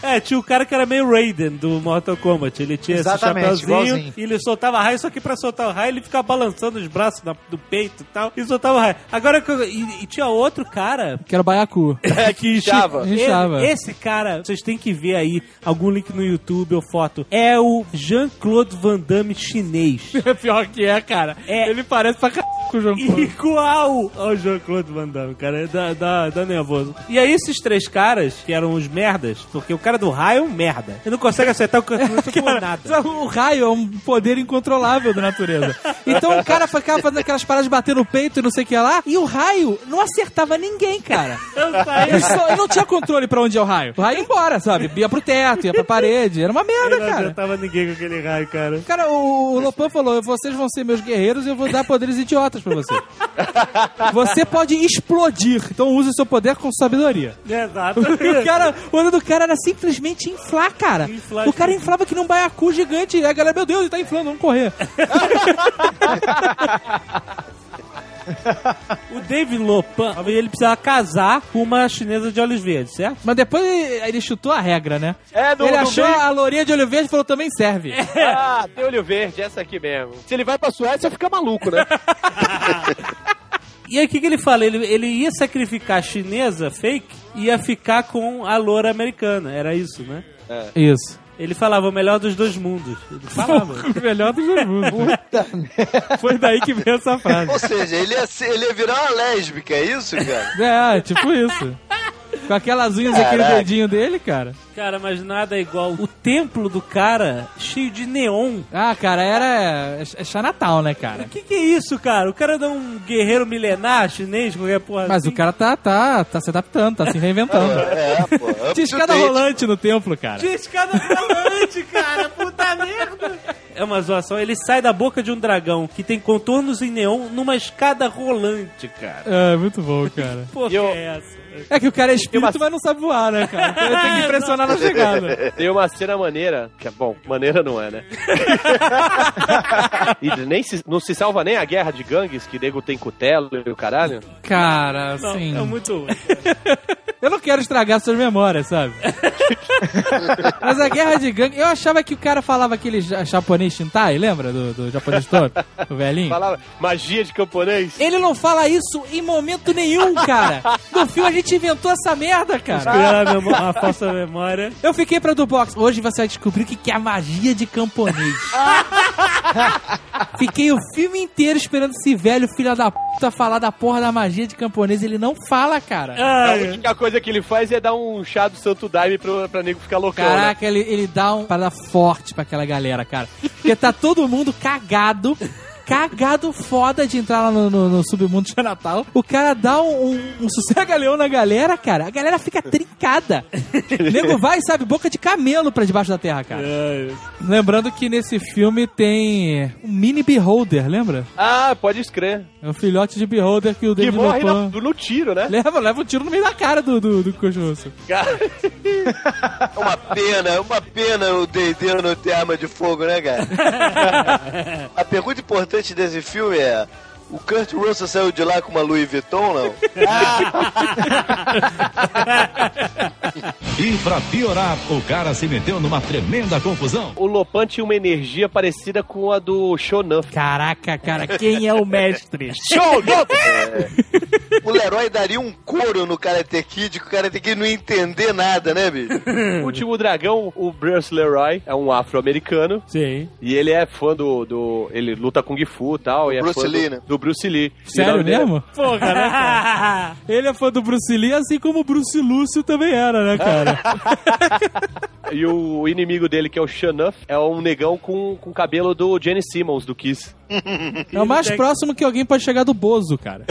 É, tinha o cara que era meio Raiden do Mortal Kombat. Ele tinha
Exatamente,
esse chapéuzinho
igualzinho.
e ele soltava raio, só que pra soltar o raio ele ficava balançando os braços na- do peito e tal, e soltava o raio. Agora, que eu- e, e tinha outro cara
Que era o Baiacu.
É, que
inchava.
Esse-
Inchava.
Esse, cara, vocês têm que ver aí algum link no YouTube ou foto. É o Jean-Claude Van Damme chinês.
Pior que é, cara.
É.
Ele parece pra caralho com o João Clô.
Igual ao Jean-Claude Van Damme, cara. É Dá, dá, dá nervoso. E aí, esses três caras, que eram uns merdas, porque o cara do raio é um merda. Ele não consegue acertar o canto por nada.
Sabe, O raio é um poder incontrolável da natureza. Então o cara ficava fazendo aquelas paradas de bater no peito e não sei o que lá. E o raio não acertava ninguém, cara.
Eu
Ele,
saí.
só- ele não tinha controle pra onde é o raio. O raio ia embora, sabe? Ia pro teto, ia pra parede. Era uma merda,
Não
cara.
adiantava ninguém com aquele raio, cara.
Cara, o, o Lopan falou: vocês vão ser meus guerreiros e eu vou dar poderes idiotas pra você. Você pode explodir, então use o seu poder com sabedoria.
Exato.
O cara, o ano do cara era simplesmente inflar, cara.
Inflar,
o cara inflava que nem um baiacu gigante. Aí a galera, meu Deus, ele tá inflando, vamos correr.
O David Lopan, ele precisava casar com uma chinesa de olhos verdes, certo?
Mas depois ele, ele chutou a regra, né?
É, no-
ele
no
achou
meio-
a lourinha de olho verde e falou, também serve.
Ah, tem olho verde, essa aqui mesmo. Se ele vai pra Suécia, fica maluco, né?
E aí o que, que ele fala? Ele, ele ia sacrificar a chinesa fake e ia ficar com a loura americana. Era isso, né?
Isso.
Ele falava o melhor dos dois mundos. Ele falava.
O melhor dos dois mundos. Foi daí que veio essa frase.
Ou seja, ele ia, ser- ele ia virar uma lésbica, é isso, cara?
É, tipo isso. Com aquelas unhas aqui no
Caraca.
dedinho dele, cara.
cara, mas nada é igual. O templo do cara, cheio de neon.
Ah, cara, era... É Xanatal, né, cara?
O que, que é isso, cara? O cara é um guerreiro milenar chinês, qualquer porra
Mas
assim.
o cara tá, tá, tá se adaptando, tá se reinventando.
É, pô. up to
Tinha
tá
escada
date.
rolante no templo, cara.
Tinha escada rolante, cara. Puta merda. É uma zoação. Ele sai da boca de um dragão que tem contornos em neon numa escada rolante, cara.
É, muito bom, cara.
Porra,
Eu-
é essa?
É que o cara é espírito,
Tem uma-
mas não sabe voar, né, cara? Então ele tem que impressionar na chegada.
Tem uma cena maneira, que é bom, maneira não é, né? e nem se- não se salva nem a guerra de gangues, que nego tem cutelo e o caralho.
Cara,
Não,
assim.
é muito ruim.
Eu não quero estragar suas memórias, sabe? Mas a guerra de gangue, eu achava que o cara falava aquele ja- japonês Shintai, lembra? Do, do japonês todo? O velhinho?
Falava magia de camponês.
Ele não fala isso em momento nenhum, cara. No filme a gente inventou essa merda, cara.
Criar a, memó- a falsa memória.
Eu fiquei pra do box. Hoje você vai descobrir o que que é a magia de camponês. fiquei o filme inteiro esperando esse velho filho da puta falar da porra da magia de camponês. Ele não fala, cara.
A
Ai,
única coisa que ele faz é dar um chá do santo daime pro, pra nego ficar loucão, né?
Caraca, ele, ele dá um parada forte pra aquela galera, cara. Porque tá todo mundo cagado. Cagado foda de entrar lá no, no- no submundo de Natal. O cara dá um, um, um sossega-leão na galera, cara. A galera fica trincada. O nego vai, sabe, boca de camelo pra debaixo da terra,
É,
cara.
ai.
Lembrando que nesse filme tem um mini beholder, lembra?
Ah, pode escrever.
É um filhote de beholder que o
Que
David
morre na-
Lopan...
no tiro, né?
Leva, leva um tiro no meio da cara do, do, do cachorro.
Cara,
É uma pena, é uma pena o D&D não ter arma de fogo, né, cara? A pergunta importante desse filme é... O Kurt Russell saiu de lá com uma Louis Vuitton, não?
E pra piorar, o cara se meteu numa tremenda confusão.
o Lopan tinha uma energia parecida com a do Shonan.
Caraca, cara, quem é o mestre?
O Leroy daria um couro no Karate Kid, que o Karate Kid não ia entender nada, né, bicho?
O último dragão, o Bruce Leroy, é um afro-americano.
Sim.
E ele é fã do. do ele luta Kung Fu e tal. E
Bruce
é fã
Lee,
do,
né?
do Bruce Lee. E o
Sério
nome dele é-
mesmo? Pô,
né,
cara. Ele é fã do Bruce Lee, assim como o Bruce Lúcio também era, né, cara?
é- E o inimigo dele, que é o Shanuff, é um negão com, com cabelo do Jenny Simmons, do Kiss.
É o mais próximo que alguém pode chegar do Bozo, cara.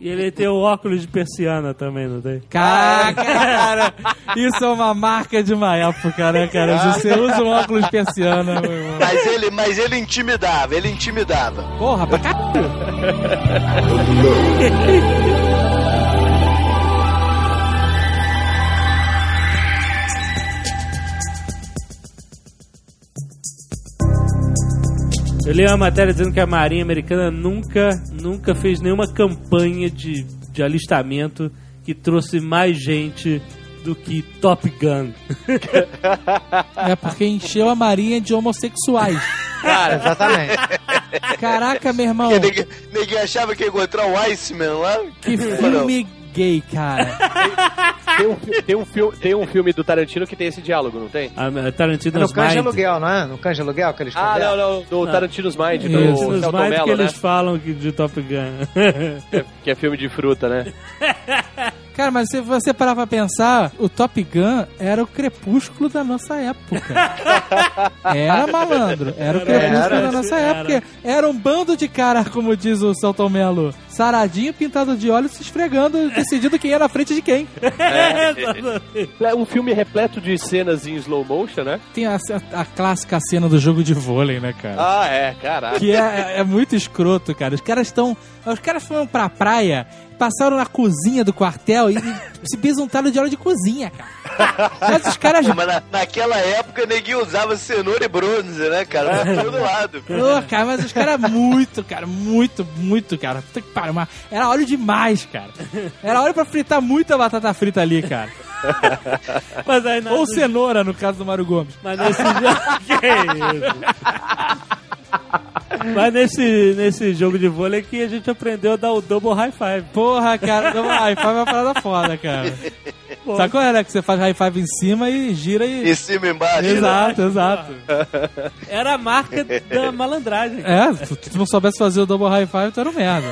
E ele tem o óculos de persiana também, não tem?
Caraca, cara. Isso é uma marca de uma época, né, cara? Se Você usa um óculos persiano. meu irmão.
Mas ele, mas ele intimidava, ele intimidava.
Porra, pra caralho.
Eu li uma matéria dizendo que a Marinha Americana nunca, nunca fez nenhuma campanha de, de alistamento que trouxe mais gente do que Top Gun.
É porque encheu a marinha de homossexuais.
Cara,
Exatamente.
Caraca, meu irmão.
Porque ninguém, ninguém achava que ia encontrar o Iceman lá.
Que filme gay, cara.
tem um, fi- tem, um filme, tem um filme do Tarantino que tem esse diálogo, não tem?
A a Tarantino's
no canja
Mind.
aluguel, não é? No canja aluguel que eles
Ah, não,
conderam.
não, do Tarantino's Mind, do
Tarantino's
Celton
Mind um que
Mello, né?
eles falam que- de Top Gun.
Que é filme de fruta, né?
Cara, mas se você parar pra pensar, o Top Gun era o crepúsculo da nossa época. Era malandro, era o crepúsculo
era,
da nossa
era.
época. Era um bando de cara, como diz o Celton Mello, saradinho, pintado de óleo, se esfregando, decidindo quem era na frente de quem.
É um filme repleto de cenas em slow motion, né?
Tem a, a clássica cena do jogo de vôlei, né, cara?
Ah, é, caralho.
Que é, é muito escroto, cara. Os caras estão. Os caras foram pra praia, passaram na cozinha do quartel e, e se besuntaram de óleo de cozinha, cara. Mas os caras
Mas na- naquela época ninguém usava cenoura e bronze, né, cara? Pra todo lado.
Ô, cara, mas os caras muito, cara, muito, muito, cara. Puta que pariu, mas era óleo demais, cara. Era óleo pra fritar muita batata frita ali, cara.
Mas aí na,
Ou cenoura, no caso do Mário Gomes.
Mas nesse jogo. que é isso? Mas nesse, nesse jogo de vôlei que a gente aprendeu a dar o double high five.
Porra, cara, dá uma high five é uma parada foda, cara. Sabe qual era que você faz high five em cima e gira e...
Em cima e embaixo. né?
Exato, exato.
Era a marca da malandragem.
É, se tu não soubesse fazer o double high five, tu era um merda.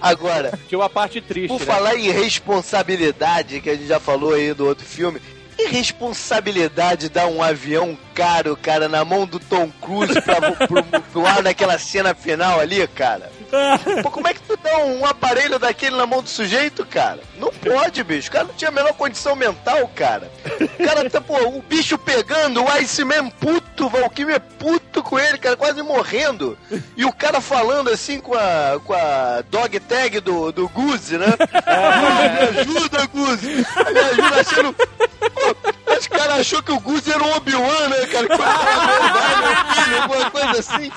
Agora,
Tinha uma parte triste,
Por
né?
falar em responsabilidade, que a gente já falou aí do outro filme, que responsabilidade dar um avião caro, cara, na mão do Tom Cruise pra, pro, pro ar naquela cena final ali, cara? Pô, como é que tu dá um aparelho daquele na mão do sujeito, cara? Não pode, bicho. O cara não tinha a menor condição mental, cara. O cara tá, pô, o bicho pegando, o Iceman puto, o Valkyrie é puto com ele, cara, quase morrendo. E o cara falando assim com a, com a dog tag do, do Guzi, né? Guzi, me ajuda, Guzi. Me ajuda, achando... Pô, Os caras achou que o Guzi era um Obi-Wan, né, cara? Que foi um filho, alguma coisa assim.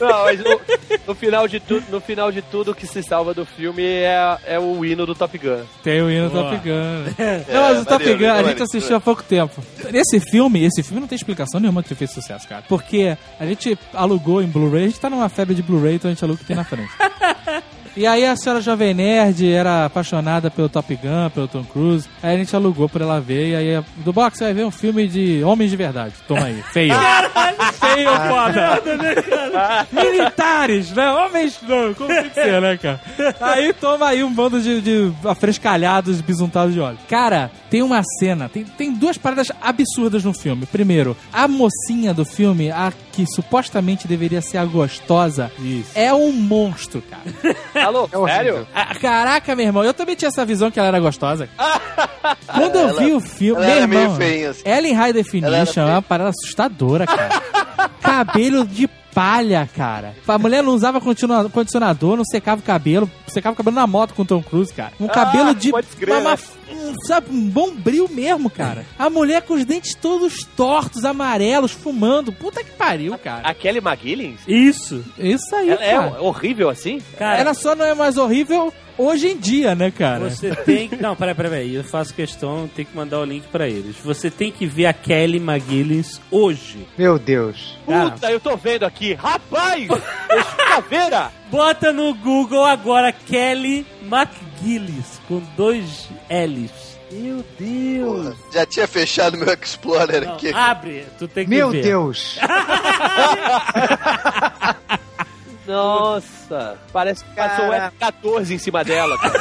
Não, mas o, no final de tudo, no final de tudo, o que se salva do filme é, é o hino do Top Gun.
Tem o hino do
Boa.
Top Gun. né? não, mas o Top
maneiro,
Gun a
maneiro,
gente assistiu há pouco tempo. Esse filme, esse filme não tem explicação nenhuma que fez sucesso, cara. Porque a gente alugou em Blu-ray, a gente tá numa febre de Blu-ray, então a gente aluga o que tem na frente. E aí a senhora Jovem Nerd era apaixonada pelo Top Gun, pelo Tom Cruise. Aí a gente alugou pra ela ver. E aí, do box, você vai ver um filme de homens de verdade. Toma aí, feio. feio, foda. Militares, né? Homens não, como tem que ser, né, cara? Aí toma aí um bando de, de afrescalhados, bisuntados de óleo. Cara, tem uma cena, tem, tem duas paradas absurdas no filme. Primeiro, a mocinha do filme, a que supostamente deveria ser a gostosa,
Isso.
é um monstro, cara.
Tá louco? sério?
Ah, Caraca, meu irmão, eu também tinha essa visão que ela era gostosa. Quando eu vi o filme.
ela
meu
era meio
irmão,
feinha, assim.
Ela em High Definition é uma parada assustadora, cara. Cabelo de palha, cara. A mulher não usava continua- condicionador, não secava o cabelo. Secava o cabelo na moto com o Tom Cruise, cara. Um cabelo de.
Ah, pode crer,
uma-
né?
um, sabe, um bombril mesmo, cara. A mulher com os dentes todos tortos, amarelos, fumando. Puta que pariu, cara.
A Kelly McGillins?
Isso.
Isso aí,
Ela é
cara.
horrível assim?
Cara,
Ela só não é mais horrível hoje em dia, né, cara?
você tem que... Não, peraí, peraí. peraí. Eu faço questão, tenho que mandar o link pra eles. Você tem que ver a Kelly McGillis hoje.
Meu Deus.
Cara.
Puta, eu tô vendo aqui. Rapaz! deixa eu caveira!
Bota no Google agora Kelly McGillis, com dois L's. Meu Deus.
Porra, já tinha fechado meu Explorer
Não, Ah,
aqui.
abre, tu tem que
Meu
ver.
Deus.
Nossa! Parece que passou o F-14 em cima dela. cara.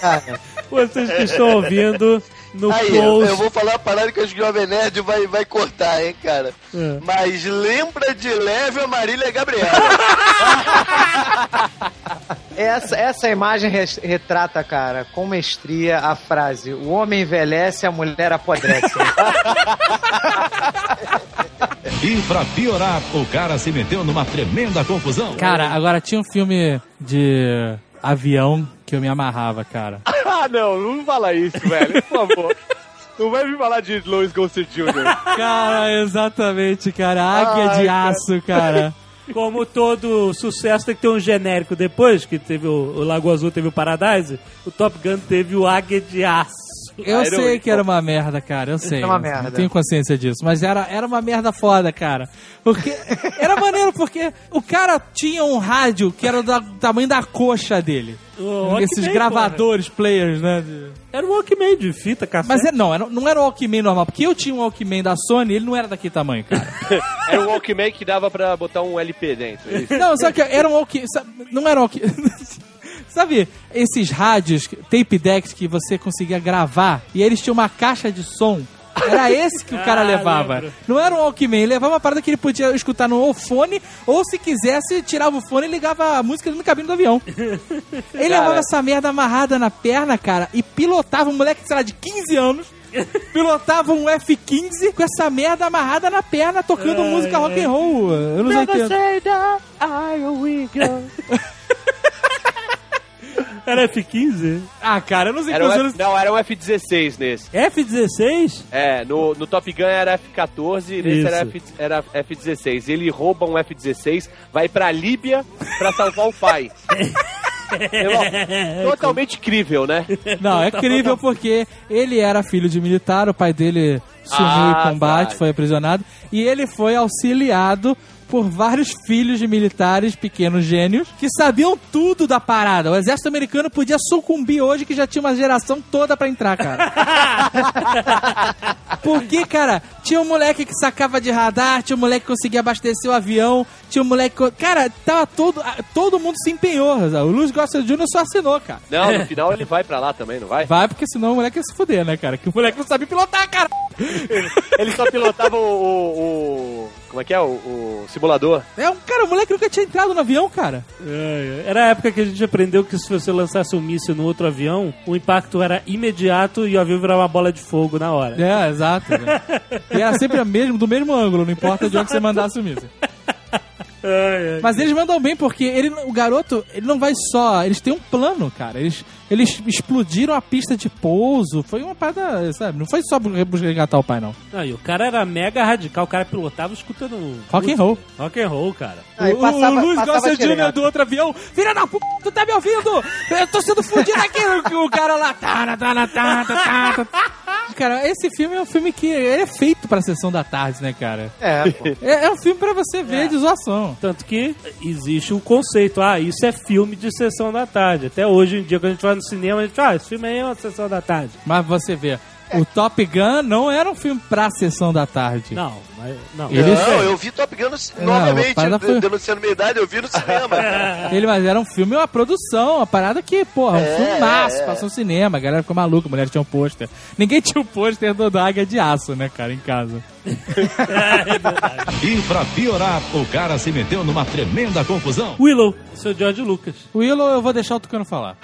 Cara,
Vocês que estão ouvindo no
Aí, eu,
post.
eu vou falar uma parada que o Jovem Nerd vai, vai cortar, hein, cara.
É.
Mas lembra de leve a Marília Gabriela.
essa, essa imagem res- retrata, cara, com mestria a frase: o homem envelhece, a mulher apodrece.
E pra piorar, o cara se meteu numa tremenda confusão.
Cara, agora tinha um filme de avião que eu me amarrava, cara.
ah, não, não fala isso, velho. Por favor. Não vai me falar de Louis Ghost Jr.
Cara, exatamente, cara. Águia de aço, cara.
Como todo sucesso tem que ter um genérico depois, que teve o, o Lago Azul teve o Paradise, o Top Gun teve o Águia de Aço.
Eu
Iron
sei
Man.
que era uma merda, cara. Eu sei.
Era é uma
eu
merda.
tenho consciência disso. Mas era, era uma merda foda, cara. Porque era maneiro, porque o cara tinha um rádio que era do tamanho da coxa dele.
O Walkman,
Esses gravadores, players, né? de-
porra. Era um Walkman de fita, cacete.
Mas é, não, era, não era o Walkman normal, porque eu tinha um Walkman da Sony ele não era daquele tamanho, cara.
Era um Walkman que dava pra botar um LP dentro. é isso?
não, só que era um Walkman. sa- Não era um Walkman. Sabe, esses rádios, tape decks que você conseguia gravar e eles tinham uma caixa de som. Era esse que o cara
Ah,
levava.
lembro.
Não era um Walkman, ele levava uma parada que ele podia escutar no fone, ou se quisesse, tirava o fone e ligava a música no cabine do avião. Ele levava essa merda amarrada na perna, cara, e pilotava um moleque, sei lá, de 15 anos. Pilotava um F-15 com essa merda amarrada na perna, tocando música rock and roll. Eu não sei
Era F-15?
Ah, cara, eu não sei
Era um
quantos
F...
anos.
Não, era um F-16 nesse.
F-16?
É, no, no Top Gun era F-14, nesse
Isso.
era, F, era F-16. Ele rouba um F-16, vai pra Líbia pra salvar o pai. Irmão, totalmente crível, né?
Não, é incrível porque ele era filho de militar, o pai dele sumiu
Ah,
em combate,
tá.
foi aprisionado, e ele foi auxiliado por vários filhos de militares, pequenos gênios, que sabiam tudo da parada. O exército americano podia sucumbir hoje, que já tinha uma geração toda pra entrar, cara. Porque, cara, tinha um moleque que sacava de radar, tinha um moleque que conseguia abastecer o avião, tinha um moleque. que- Cara, tava todo. ah, Todo mundo se empenhou. sabe? O Luiz Gossel Jr. só assinou, cara.
Não, no final ele vai pra lá também, não vai?
Vai, porque senão o moleque ia se fuder, né, cara? Que o moleque não sabe pilotar, cara.
Ele só pilotava o... o- o- como é que é? O, o simulador.
É um cara, o moleque nunca tinha entrado no avião, cara.
É, é. Era a época que a gente aprendeu que se você lançasse um míssil no outro avião, o impacto era imediato e o avião virava uma bola de fogo na hora.
É, exato. né? E era sempre a mesmo, do mesmo ângulo, não importa de onde você mandasse o míssil.
Ai, ai.
Mas eles mandam bem porque ele, o garoto, ele não vai só. Eles têm um plano, cara. Eles, eles explodiram a pista de pouso. Foi uma parada, sabe? Não foi só resgatar o pai, não.
Não, e o cara era mega radical, o cara pilotava escutando
Rock and roll.
rock and roll, cara.
Aí
o,
passava-
o Luiz
passava
Gossett Jr.
direto.
do outro avião. Filha da p, tu tá me ouvindo? Eu tô sendo fudido aqui. O- o cara lá. Tá, tá, tá, tá, tá, tá, tá. Cara, esse filme é um filme que ele é feito pra sessão da tarde, né, cara?
É, pô.
É, é um filme pra você ver de zoação.
Tanto que existe o conceito, ah, isso é filme de sessão da tarde. Até hoje em dia, quando a gente vai no cinema, a gente fala, ah, esse filme aí é uma sessão da tarde.
Mas você vê, o Top Gun não era um filme pra sessão da tarde.
Não, mas, não.
Ele-
Não, eu vi Top Gun no ci-
Não, a
novamente,
parada foi-
denunciando minha idade, eu vi no cinema.
Ele, mas era um filme, uma produção, uma parada que, porra, um
É,
filme filmaço,
é.
passou no cinema, a galera ficou maluca, a mulher tinha um pôster. Ninguém tinha um pôster do da Águia de Aço, né, cara, em casa.
E pra piorar, o cara se meteu numa tremenda confusão.
Willow, seu George Lucas.
Willow, eu vou deixar o Tucano falar.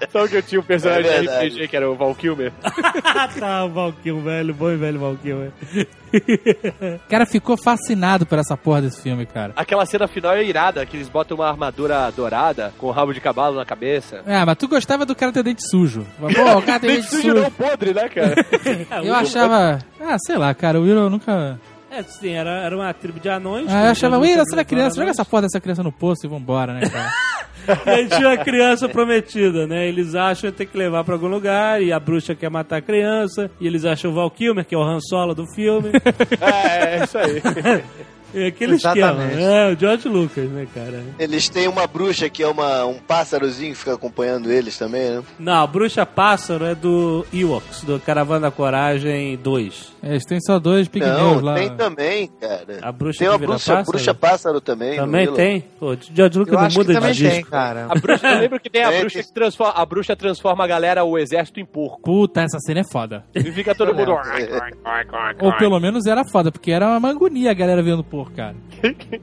Então que eu tinha um personagem de
É verdade.
RPG que era o Val Kilmer.
Ah, tá, o Valquil, velho, bom e velho né? Valquil, velho.
O cara ficou fascinado por essa porra desse filme, cara.
Aquela cena final é irada, que eles botam uma armadura dourada com o rabo de cavalo na cabeça.
Ah, mas tu gostava do cara ter dente sujo. Mas, Pô, o cara tem dente sujo.
podre, né, cara?
Eu achava... Ah, sei lá, cara, o Willow nunca...
É, sim, era, era uma tribo de anões.
Ah, eu achava, Willow,
Willow
você era criança, joga
né?"
essa porra dessa criança no poço e vambora, né, cara.
E aí tinha a criança prometida, né? Eles acham que tem que levar pra algum lugar e a bruxa quer matar a criança. E eles acham o Val Kilmer, que é o Han Solo do filme.
é, é isso aí.
É aquele esquema.
Exatamente.
É, o George Lucas, né, cara?
Eles têm uma bruxa que é uma, um pássarozinho que fica acompanhando eles também, né?
Não, a Bruxa Pássaro é do Ewoks, do Caravana da Coragem 2.
Eles têm só dois pigmeus
Não,
lá.
tem também, cara.
A bruxa
tem
que
uma
vira
bruxa,
pássaro?
bruxa pássaro também.
Também
no Willow.
tem? Pô, o George Lucas
Eu
não
acho que
muda de
também
disco.
tem, cara.
A bruxa, eu lembro que tem a
É,
bruxa
tem-
que transforma, a bruxa transforma a galera, o exército, em porco.
Puta, essa cena é foda.
E fica todo mundo...
Ou pelo menos era foda, porque era uma agonia a galera vendo porco, cara.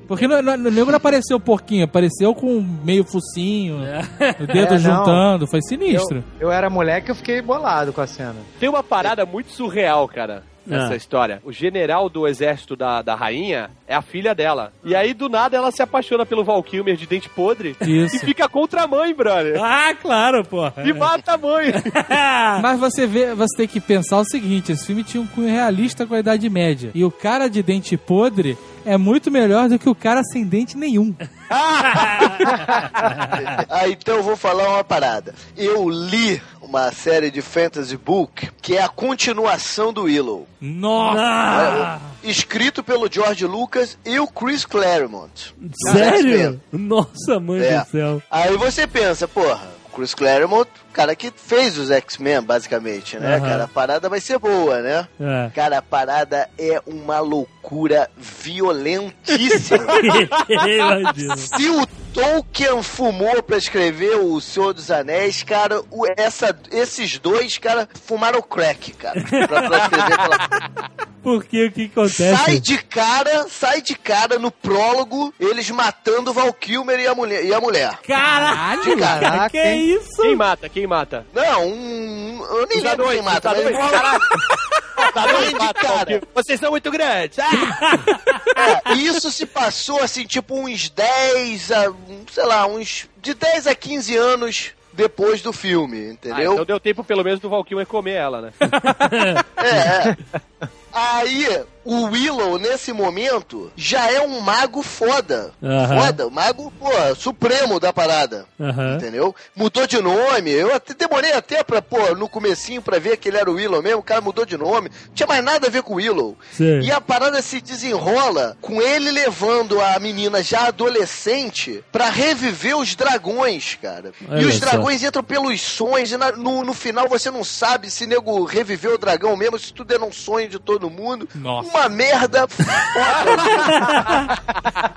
Porque no, no, no nego não apareceu porquinho, apareceu com meio focinho, o dedo
É, não.
juntando, foi
Eu,
sinistro.
eu era moleque e eu fiquei bolado com a cena.
Tem uma parada muito surreal, cara, nessa
Ah.
história. O general do exército da, da rainha é a filha dela. E aí, do nada, ela se apaixona pelo Val Kilmer de dente podre
Isso.
e fica contra a mãe, brother.
Ah, claro, porra.
é.
E mata a mãe.
Mas você vê, você tem que pensar o seguinte: esse filme tinha um cunho realista com a Idade Média. E o cara de dente podre é muito melhor do que o cara sem dente nenhum.
Ah, então eu vou falar uma parada. Eu li uma série de fantasy book que é a continuação do Willow.
Nossa!
Escrito pelo George Lucas e o Chris Claremont.
Sério? Nossa, mãe
É.
do céu.
Aí você pensa, porra, o Chris Claremont, o cara que fez os X-Men, basicamente, né,
Aham.
cara? A parada vai ser boa, né?
É.
Cara, a parada é uma loucura violentíssima.
Imagina.
Se o Tolkien fumou pra escrever O Senhor dos Anéis, cara, o- essa, esses dois, cara, fumaram crack, cara. Pra, pra escrever aquela...
Por que o que acontece?
Sai de cara, sai de cara no prólogo, eles matando o Val Kilmer e a mulher. E a mulher.
Caralho, cara,
caraca,
que é
hein?
isso?
Quem mata? Quem mata?
Não, um. Eu nem lembro quem mata,
Tá doido?
mas-
Caralho. Tá doido,
Grande,
mata,
cara.
Val Kilmer. Vocês são muito grandes. Ah!
É, e isso se passou assim, tipo uns 10 a, um, sei lá, uns de 10 a 15 anos depois do filme,
Ah,
entendeu?
então deu tempo, pelo menos, do Val Kilmer comer ela, né?
É. Aí, o Willow, nesse momento, já é um mago foda.
Aham.
Foda, mago, pô, supremo da parada.
Aham.
Entendeu? Mudou de nome. Eu até demorei até pra, pô, no comecinho pra ver que ele era o Willow mesmo. O cara mudou de nome. Não tinha mais nada a ver com o Willow.
Sim.
E a parada se desenrola com ele levando a menina já adolescente pra reviver os dragões, cara.
Olha
e os
só.
dragões entram pelos sonhos e na- no, no final você não sabe se nego reviveu o dragão mesmo, se tudo era um sonho de todo mundo.
Nossa.
Uma merda.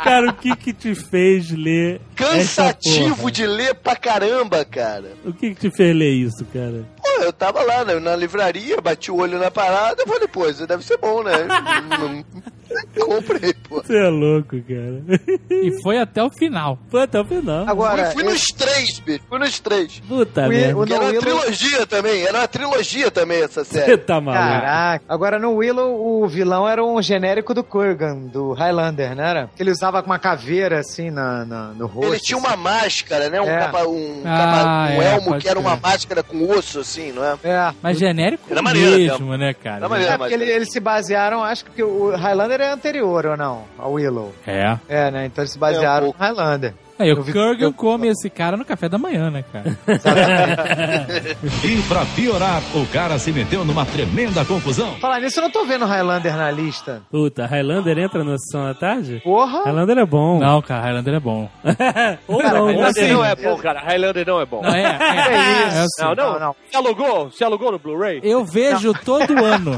Cara, o que que te fez ler essa
Cansativo
porra?
de ler pra caramba, cara.
O que que te fez ler isso, cara?
Pô, É, eu tava lá né, na livraria, bati o olho na parada, eu falei, pô, isso deve ser bom, né? Não- Comprei, pô.
Você é louco, cara.
E foi até o final.
Foi até o final.
Eu
Agora,
fui nos três, bicho. Fui nos três.
Puta
o-
merda.
o
Que era
No
uma
Willow...
trilogia também. Era uma trilogia também essa
Você
série.
tá maluco.
Caraca. Agora, no Willow, o vilão era um genérico do Kurgan, do Highlander, não era? Que ele usava com uma caveira, assim, na, na- no rosto.
Ele tinha uma máscara, né? Um,
É.
capa- um,
Ah,
capa- um
é,
elmo
pode
que era uma
crer.
máscara com osso, assim, não é?
É.
Mas genérico
Era maneiro,
mesmo, né, cara?
Era maneiro.
É, porque ele- eles se basearam, acho que o Highlander é anterior ou não, ao Willow.
É.
É, né? Então eles se basearam
É, um
no Highlander.
Aí
Eu
o
vi-
Kurgan
eu-
come esse cara no café da manhã, né, cara?
E pra piorar, o cara se meteu numa tremenda confusão.
Falar nisso, eu não tô vendo Highlander na lista.
Puta, Highlander entra na sessão da tarde?
Porra!
Highlander é bom.
Não, cara, Highlander é bom.
Ou não.
Cara, Highlander
Highlander
Assim,
não é bom, cara. Highlander não é bom.
Não, é,
Que
é.
isso?
É assim.
Não, não.
Não, não.
Se alugou? Se alugou no Blu-ray?
Eu vejo todo ano.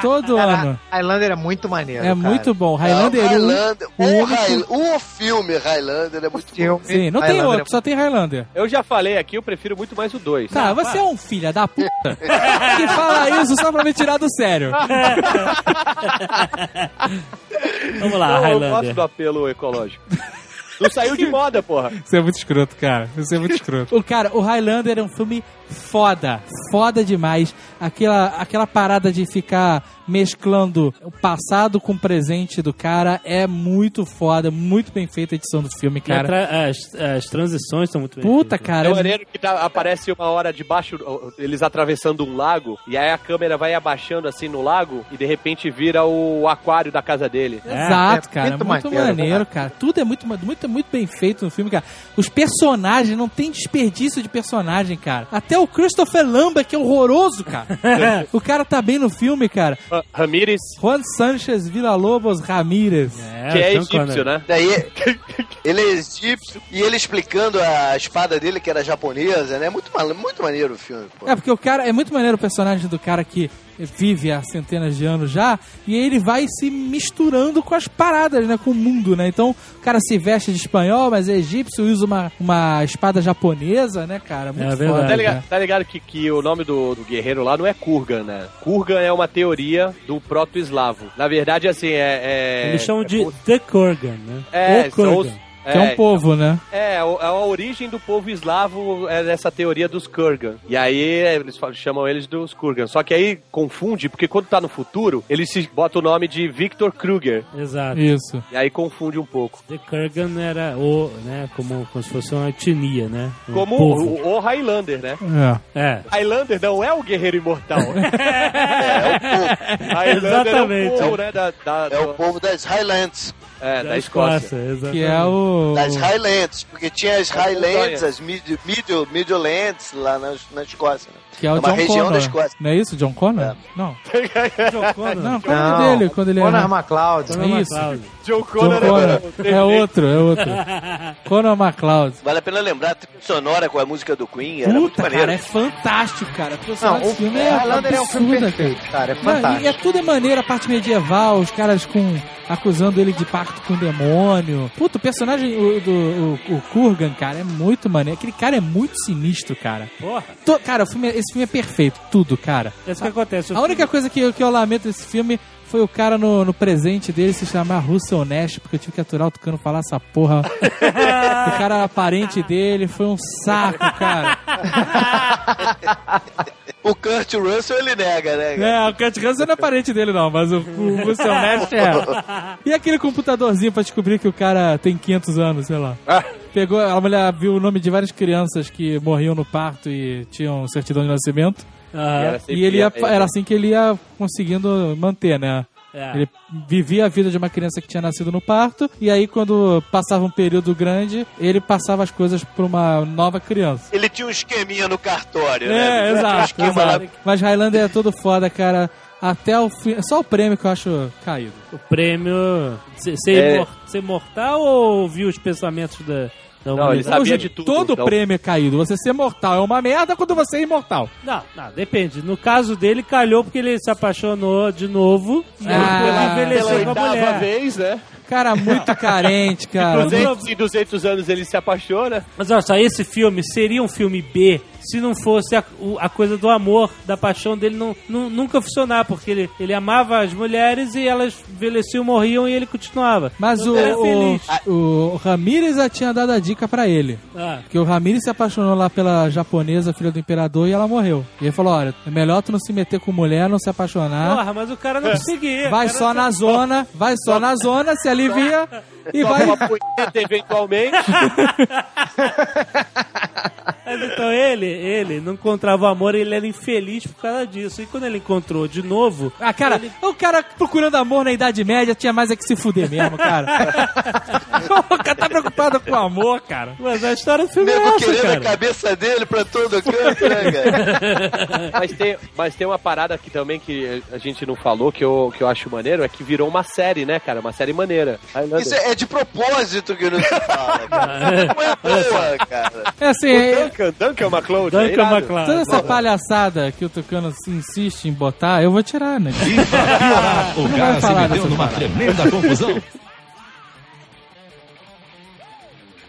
Todo ano.
Cara, Highlander é muito maneiro. cara.
É muito bom.
É, o
Highlander 1.
Highlander.
o
O,
único-
High- o filme Highlander é muito bom.
Filme.
Sim, não tem
Highlander é
outro, só tem Highlander.
Eu já falei aqui, eu prefiro muito mais o 2.
Tá
Cara, você é um filho da puta que fala isso só pra me tirar do sério.
Vamos lá,
eu gosto
Highlander.
do apelo ecológico. Não saiu de moda, porra.
Você é muito escroto, cara. Você é muito escroto. O cara, o Highlander é um filme foda. Foda demais. Aquela, aquela parada de ficar mesclando o passado com o presente do cara é muito foda. Muito bem feita a edição do filme,
Que
cara.
atra- As, as transições estão muito bem
Puta,
feitas.
cara.
É
é
maneiro que tá- aparece uma hora debaixo, eles atravessando um lago, e aí a câmera vai abaixando assim no lago, e de repente vira o aquário da casa dele.
Exato,
é
cara. É muito
muito maneiro,
maneiro, cara. Tudo é muito, ma- muito, muito bem feito no filme, cara. Os personagens, não tem desperdício de personagem, cara. Até o Christopher Lambert, que é horroroso, cara. o cara tá bem no filme, cara.
É,
Ah, Ramírez,
Juan Sanchez Villa-Lobos Ramírez.
É,
que é
Sean
egípcio,
Connery.
né?
Daí ele é egípcio e ele explicando a espada dele que era japonesa, né? Muito, mal- muito maneiro o filme, pô.
É, porque o cara. É muito maneiro o personagem do cara que vive há centenas de anos já. E ele vai se misturando com as paradas, né? Com o mundo, né? Então, o cara se veste de espanhol, mas é egípcio, usa uma, uma espada japonesa, né, cara? Muito
É
foda,
verdade.
Tá
cara.
ligado, tá ligado que, que o nome do, do guerreiro lá não é Kurgan, né? Kurgan é uma teoria do proto-eslavo. Na verdade, assim, é. é
Eles chamam
é
de
o-
The Kurgan, né?
É,
O
são os,
Kurgan.
Que é um povo, né?
É, o- a origem do povo eslavo é essa teoria dos Kurgan. E aí é, eles falam- chamam eles dos Kurgan. Só que aí confunde, porque quando tá no futuro, eles se botam o nome de Victor Kruger.
Exato.
Isso.
E aí confunde um pouco.
The Kurgan era o, né, como, como se fosse uma etnia, né? Um
Como
povo.
o, o Highlander, né?
É.
É.
Highlander não é o guerreiro imortal. é, o povo. Highlander
Exatamente.
é o povo, né? Da, da,
É o povo das Highlands.
é, da
da
Escócia.
exatamente.
Que é o.
Das Highlands, porque tinha as Highlands,
montanha.
as Mid- Middle, Middlelands lá na, na Escócia. Né?
Que é o
é uma
John
região da
Connor.
Escócia.
Não é isso, John Connor? Não. Não, qual é o
Não.
nome dele quando ele era.
Conor McLeod.
É isso.
John
John
Connor,
Connor.
é,
É outro, é outro. Conor McLeod.
Vale a pena lembrar, a trilha sonora com a música do Queen era muito
Puta,
maneiro.
cara, é fantástico, cara. O
Não, o
personagem desse filme é
Highlander é um filme
absurda, cara.
perfeito, cara. É
Não, e
fantástico.
é tudo é maneiro, a parte medieval, os caras com acusando ele de pacto com o demônio. Puta, o personagem o- do o, o Kurgan, cara, é muito maneiro. Aquele cara é muito sinistro, cara.
Porra.
Tô- cara, o filme é- esse filme é perfeito, tudo, cara.
É isso que acontece.
A única coisa que eu, que eu lamento desse filme foi o cara no, no presente dele se chamar Russell Nash, porque eu tive que aturar o Tucano falar essa porra. o cara era parente dele, foi um saco, cara.
O Kurt Russell ele nega, né? cara?
É, o Kurt Russell não é parente dele, não, mas o, o Russell Nash é. E aquele computadorzinho pra descobrir que o cara tem 500 anos, sei lá. Pegou, a mulher viu o nome de várias crianças que morriam no parto e tinham certidão de nascimento.
Aham.
E ele ia, era assim que ele ia conseguindo manter, né?
É.
Ele vivia a vida de uma criança que tinha nascido no parto, e aí quando passava um período grande, ele passava as coisas pra uma nova criança.
Ele tinha um esqueminha no cartório, né?
É,
Ele tinha um
exato,
esquema lá.
exato. Mas Highlander é todo foda, cara. Até o fim. é Só o prêmio que eu acho caído.
O prêmio. Ser, ser
É.
imor- ser mortal ou ouvir os pensamentos da, da
ele
humanidade?
sabe- Sabia
Hoje,
de tudo,
todo
então.
prêmio é caído. Você ser mortal é uma merda quando você é imortal.
Não, não, depende. No caso dele, calhou porque ele se apaixonou de novo. né,
Ah.
depois
Pela
envelheceu com a
oitava
é mulher.
vez, né?
Cara, muito carente, cara.
200 e 200 anos ele se apaixona.
Mas olha só, esse filme seria um filme B se não fosse a, o- a coisa do amor, da paixão dele não, nu- nunca funcionar, porque ele, ele amava as mulheres e elas envelheciam, morriam e ele continuava.
Mas o,
Era feliz.
o, o Ramírez já tinha dado a dica pra ele.
Ah,
Porque o Ramírez se apaixonou lá pela japonesa, filha do imperador, e ela morreu. E ele falou: olha, é melhor tu não se meter com mulher, não se apaixonar.
Ah. porra, mas o cara não conseguia.
É. Vai
O cara
só na zona, vai só na zona, se alivia e
Toma
vai.
uma punheta eventualmente.
Mas então ele, ele não encontrava o amor, ele era infeliz por causa disso. E quando ele encontrou de novo,
Ah, cara, o cara procurando amor na Idade Média tinha mais é que se fuder mesmo, cara. o cara tá preocupado com o amor, cara.
mas a história do filme é
Nego
essa,
querendo a
cara.
cabeça dele pra todo canto, né, cara?
mas, tem, mas tem uma parada aqui também que a gente não falou, que eu, que eu acho maneiro, é que virou uma série, né, cara? Uma série maneira. Highlander.
Isso é de propósito que não se fala, cara. Não é boa, cara.
É assim,
O
é-
Duncan, Duncan MacLeod. é
Duncan
irado.
MacLeod.
toda essa palhaçada que o Tucano se insiste em botar, eu vou tirar, né?
E pra piorar, o
Não
cara
vai
se
falar
meteu
dessa
numa
parada.
tremenda confusão.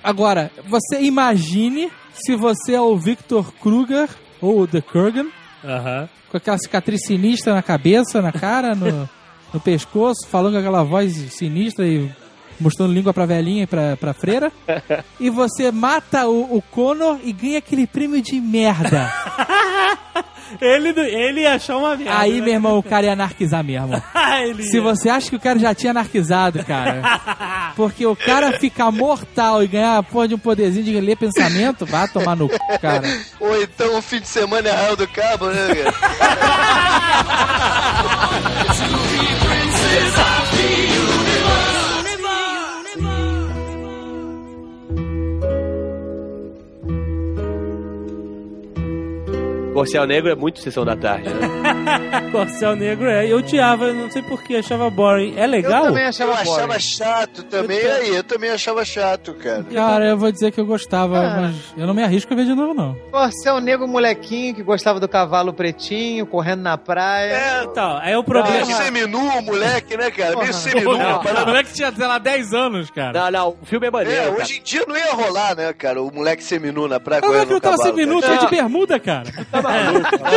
Agora, você imagine se você é o Victor Kruger ou o The Kurgan,
Aham.
com aquela cicatriz sinistra na cabeça, na cara, no, no pescoço, falando com aquela voz sinistra e mostrando língua pra velhinha e pra, pra freira. E você mata o, o Connor e ganha aquele prêmio de merda.
Ele, ele ia achar uma merda.
Aí,
né? Ah,
meu irmão, o cara ia anarquizar mesmo.
ele
Se
ia.
você acha que o cara já tinha anarquizado, cara. Porque o cara ficar mortal e ganhar a porra de um poderzinho de ler pensamento, vá tomar no cu, cara.
Ou então um fim de semana é raio do cabo, né, cara?
O Céu Negro é muito Sessão da Tarde, né?
Corcel Negro é. Eu odiava, eu não sei porquê, achava boring. É
Eu
legal?
também
Eu
achava
achava
boring.
chato também,
Eu
aí eu também achava chato, cara.
Cara, eu vou dizer que eu gostava,
Ah.
mas eu não me arrisco a ver de novo, não.
Corcel negro é um molequinho que gostava do cavalo pretinho, correndo na praia.
Então, aí o
Meio
problema.
Não,
seminu, moleque, né, cara? Meio
Porra.
seminu, uma parada
é
moleque tinha, sei lá, 10 anos, cara.
Não, não, o filme é maneiro.
É,
cara.
hoje em dia não ia rolar, né, cara? O moleque seminu na praia
Como é
correndo
que
no
eu tava sem
Tá, cavalo, né?
minuto?
cara.
Foi de bermuda, cara.
Ah,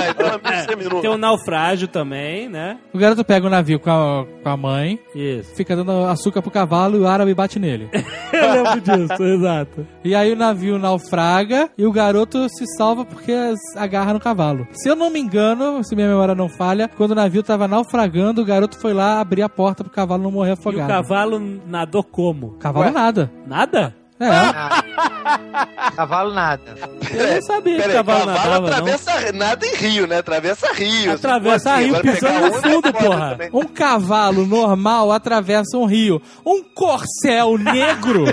então é meio seminu.
Tem um o naufrágio também, né?
O garoto pega o navio com a, com a mãe,
Isso.
fica dando açúcar pro cavalo e o árabe bate nele.
Eu lembro disso, exato.
E aí o navio naufraga e o garoto se salva porque as- agarra no cavalo. Se eu não me engano, se minha memória não falha, quando o navio tava naufragando, o garoto foi lá abrir a porta pro cavalo não morrer
E o
afogado.
cavalo nadou como?
Cavalo nada.
Nada?
É.
Ah,
Cavalo nada.
Eu não sabia que
Peraí,
cavalo, nadava,
atravessa nada em rio, né? Atravessa rio.
Atravessa rio,
agora
pisando
pegar
no
onda é
fundo,
foda
porra.
também.
Um cavalo normal atravessa um rio. Um corcel negro.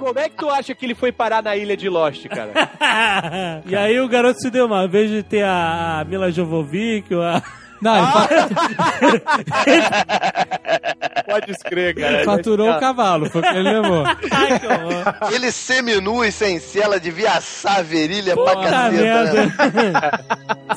Como é que tu acha que ele foi parar na ilha de Lost, cara?
não. e aí o garoto se deu mal. Em vez de ter a a Mila Jovovic, ou a...
Não,
Ah,
ele fa-
Pode escrever, cara.
faturou o cavalo, foi o que ele levou.
Ai, que horror.
Ele seminu e sem cela devia assar a virilha pra
Puta
caceta, né?
merda.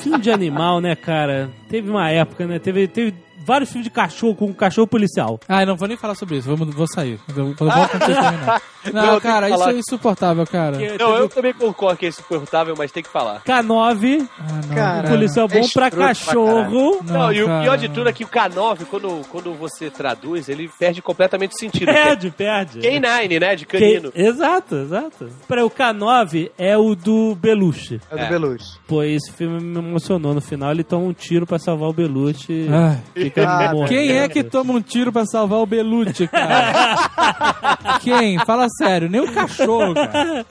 filme de animal, né, cara? Teve uma época, né? Teve, teve vários filmes de cachorro com cachorro policial.
Ah, eu não vou nem falar sobre isso, vou, mud- vou sair. Eu, eu volto quando vocês terminarem.
Não,
Não,
Ah. tem
cara,
que
isso
falar.
é insuportável, cara.
Porque
Não,
teve
eu
o
também concordo que é insuportável, mas tem que falar.
K9,
Ah, não.
Cara,
policial bom pra
escroto pra
cachorro.
Não, e o
cara.
pior de tudo é que o K9, quando, quando você traduz, ele perde completamente o sentido.
É.
Perde, É, perde.
K9, né? De
Quem-
canino.
Exato, exato. Pra o K9 é o do Belushi.
É o do Beluche.
Pô, esse filme me emocionou. No final ele toma um tiro pra salvar o Belushi.
Ai.
Fica
Ah,
morrendo. né,
Quem é que toma um tiro pra salvar o Belucci, cara? Quem? Fala sério, nem o cachorro, cara.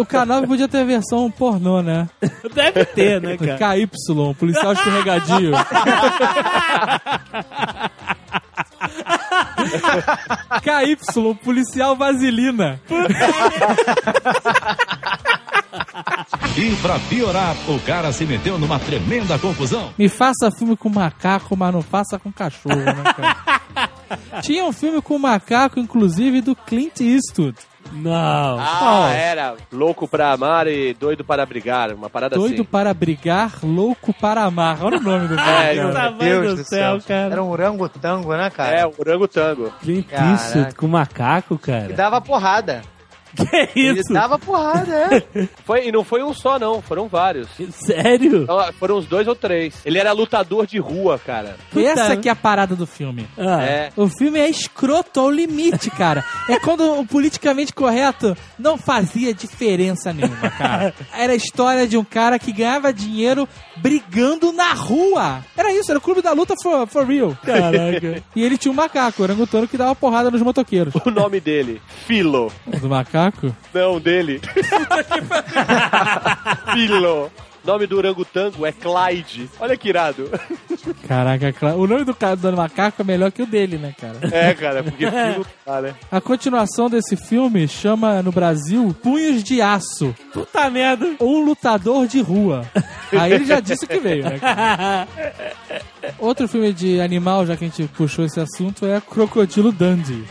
O canal podia ter a versão pornô, né?
Deve ter, né, cara?
KY, É um policial escorregadio. KY, um policial vaselina.
E pra piorar, o cara se meteu numa tremenda confusão.
Me faça filme com macaco, mas não faça com cachorro, né, cara? Tinha um filme com macaco, inclusive, do Clint Eastwood.
Não.
Ah, era louco pra amar e doido para brigar, uma parada
Doido
assim.
para brigar, louco para amar. Olha o nome do
É,
filme, cara.
tá-
Meu
Mãe do céu, cara.
Era um orangotango, né, cara?
É, o Rango Tango.
Clint
Caraca.
Eastwood com macaco,
Ele
cara.
dava porrada.
Que
Ele tá-
isso?
dava porrada, é.
Foi, e não foi um só, não, foram vários.
Sério?
Então, foram uns dois ou três. Ele era lutador de rua, cara.
Puta,
Essa
né?
que é a parada do filme.
Ah,
É.
O filme é escroto ao limite, cara. É quando o politicamente correto não fazia diferença nenhuma, cara. Era a história de um cara que ganhava dinheiro brigando na rua. Era isso, era o clube da luta for, for real.
Caraca.
E ele tinha um macaco, o orangotano, que dava porrada nos motoqueiros.
O nome dele, Filo.
Do macaco?
Não, dele. Filo. O nome do orangotango é Clyde. Olha que irado.
Caraca, claro. o nome do cara do macaco é melhor que o dele, né, cara?
É, cara, porque Filo... Ah, né?
A continuação desse filme chama no Brasil Punhos de Aço.
Puta merda.
Um lutador de rua. Aí ele já disse que veio, né? cara? Outro filme de animal, já que a gente puxou esse assunto, é Crocodilo Dundee.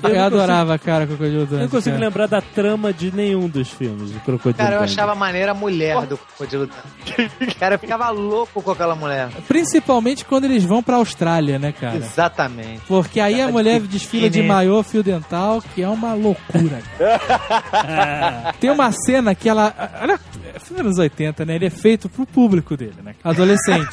Eu
Eu,
não
adorava, cara, Crocodilo Dundee.
Eu não consigo
cara.
lembrar da trama de nenhum dos filmes do Crocodilo
Cara, eu
Dundee.
achava maneira a mulher do Crocodilo Dundee. Cara, eu ficava louco com aquela mulher.
Principalmente quando eles vão pra Austrália, né, cara?
Exatamente.
Porque aí a mulher desfila de
biquíni.
maiô fio dental, que é uma loucura. cara. Tem uma cena que ela. Olha, é filme dos 80, né? Ele é feito pro público dele, né? Adolescente.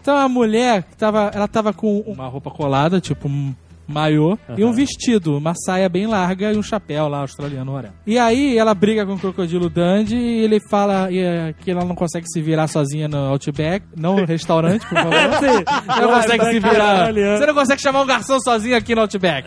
Então a mulher que tava, ela tava com um, uma roupa colada, tipo um maiô, e um vestido, uma saia bem larga e um chapéu lá australiano, ora. E aí ela briga com o crocodilo Dandy e ele fala eh, que ela não consegue se virar sozinha no Outback, não no restaurante, por favor. Você não consegue se virar. Você não consegue chamar um garçom sozinho aqui no Outback.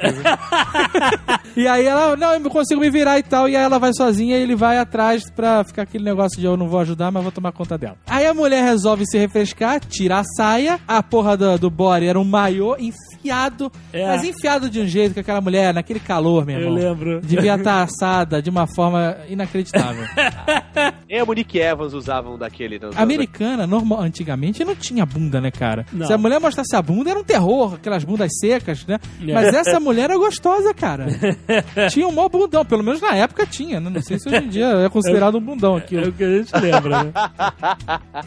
e aí ela, não, eu consigo me virar e tal. E aí ela vai sozinha e ele vai atrás pra ficar aquele negócio de eu não vou ajudar, mas vou tomar conta dela. Aí a mulher resolve se refrescar, tira a saia. A porra do, do body era um maiô enfiado,
É.
mas enfiado de um jeito que aquela mulher, naquele calor, meu
Eu
irmão.
É lembro.
Devia estar assada de uma forma inacreditável.
Nem a Monique Evans usavam daquele. não-
Americana, normal, antigamente não tinha bunda, né, cara?
Não.
Se a mulher mostrasse a bunda, era um terror, aquelas bundas secas, né?
É.
Mas essa mulher era gostosa, cara. tinha um mó bundão, pelo menos na época tinha, né? Não sei se hoje em dia é considerado um bundão
É
aquilo.
o que a gente lembra, né?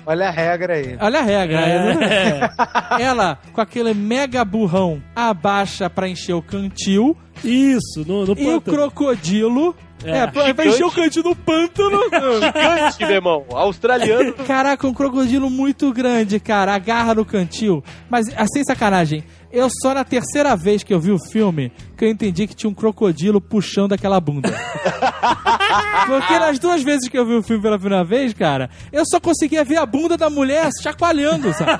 Olha a regra aí.
Olha a regra. né?
É.
Ela, com aquele mega burrão, abaixa pra encher o cantil.
Isso, no, no
E
pântano.
o crocodilo.
É.
É, pra pra encher o cantil do pântano.
Gigante, meu irmão. Australiano.
Caraca, um crocodilo muito grande, cara. Agarra no cantil. Mas, assim, sacanagem. Eu só na terceira vez que eu vi o filme que eu entendi que tinha um crocodilo puxando aquela bunda. Porque nas duas vezes que eu vi o filme pela primeira vez, cara, eu só conseguia ver a bunda da mulher chacoalhando, sabe?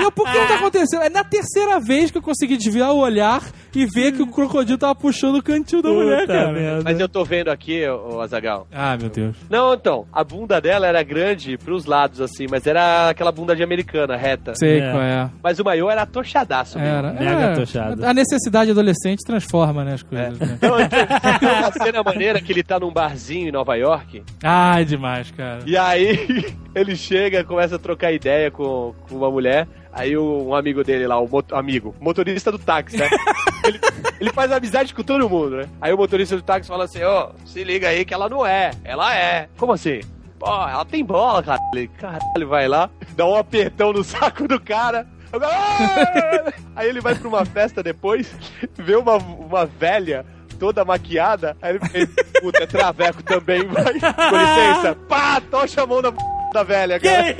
E eu, por que não tá acontecendo? É na terceira vez que eu consegui desviar o olhar e ver que o crocodilo tava puxando o cantil da mulher,
Puta
né, cara.
merda.
Mas eu tô vendo aqui, ô ô Azagal.
Ah, meu Deus.
Não, então, a bunda dela era grande pros lados, assim, mas era aquela bunda de americana, reta.
Sei
É.
qual é.
Mas o maiô era atochadaço. mesmo.
Era.
Mega
é,
tochado.
A necessidade adolescente transforma, né, as coisas. Né?
Não, então, tem uma cena maneira que ele tá num barzinho em Nova York,
Ai, demais, cara.
e aí ele chega, começa a trocar ideia com, com uma mulher, aí o- um amigo dele lá, o mot- amigo, motorista do táxi, né? Ele, ele faz amizade com todo mundo, né? Aí o motorista do táxi fala assim, ó, se liga aí que ela não é, ela é. Como assim? Pô, ela tem bola, cara. Ele, caralho, vai lá, dá um apertão no saco do cara. Agora, "Ah!" Aí ele vai pra uma festa depois, vê uma, uma velha toda maquiada, aí ele ele, puta, é traveco também, vai. Com licença, pá, tocha a mão da, da velha, cara.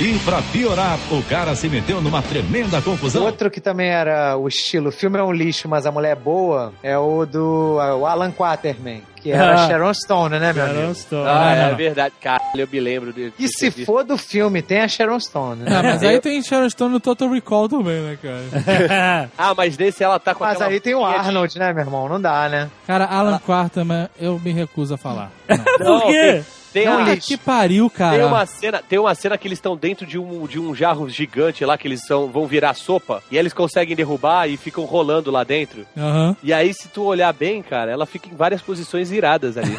E pra piorar, o cara se meteu numa tremenda confusão.
Outro que também era o estilo, o filme é um lixo, mas a mulher é boa, é o do ah, o Alan Quaterman, que era
Ah.
Sharon Stone, né, meu
Sharon
amigo?
Stone.
Ah,
Não,
é
não.
verdade, caralho, eu me lembro dele.
E se for do filme, tem a Sharon Stone, né?
Ah, mas aí tem Sharon Stone no Total Recall também, né, cara?
Ah, mas nesse ela tá com
Mas
aquela
aí tem o
boquinha de-
Arnold, né, meu irmão? Não dá, né?
Cara, Alan Quarterman, eu me recuso a falar. Não.
Não,
Por quê?
Tem, tem
Não,
uma-
Puta
lixo.
que pariu, cara.
Tem uma, cena, tem uma cena que eles estão dentro de um, de um jarro gigante lá, que eles são, vão virar sopa, e aí eles conseguem derrubar e ficam rolando lá dentro.
Aham.
E aí, se tu olhar bem, cara, ela fica em várias posições iradas ali.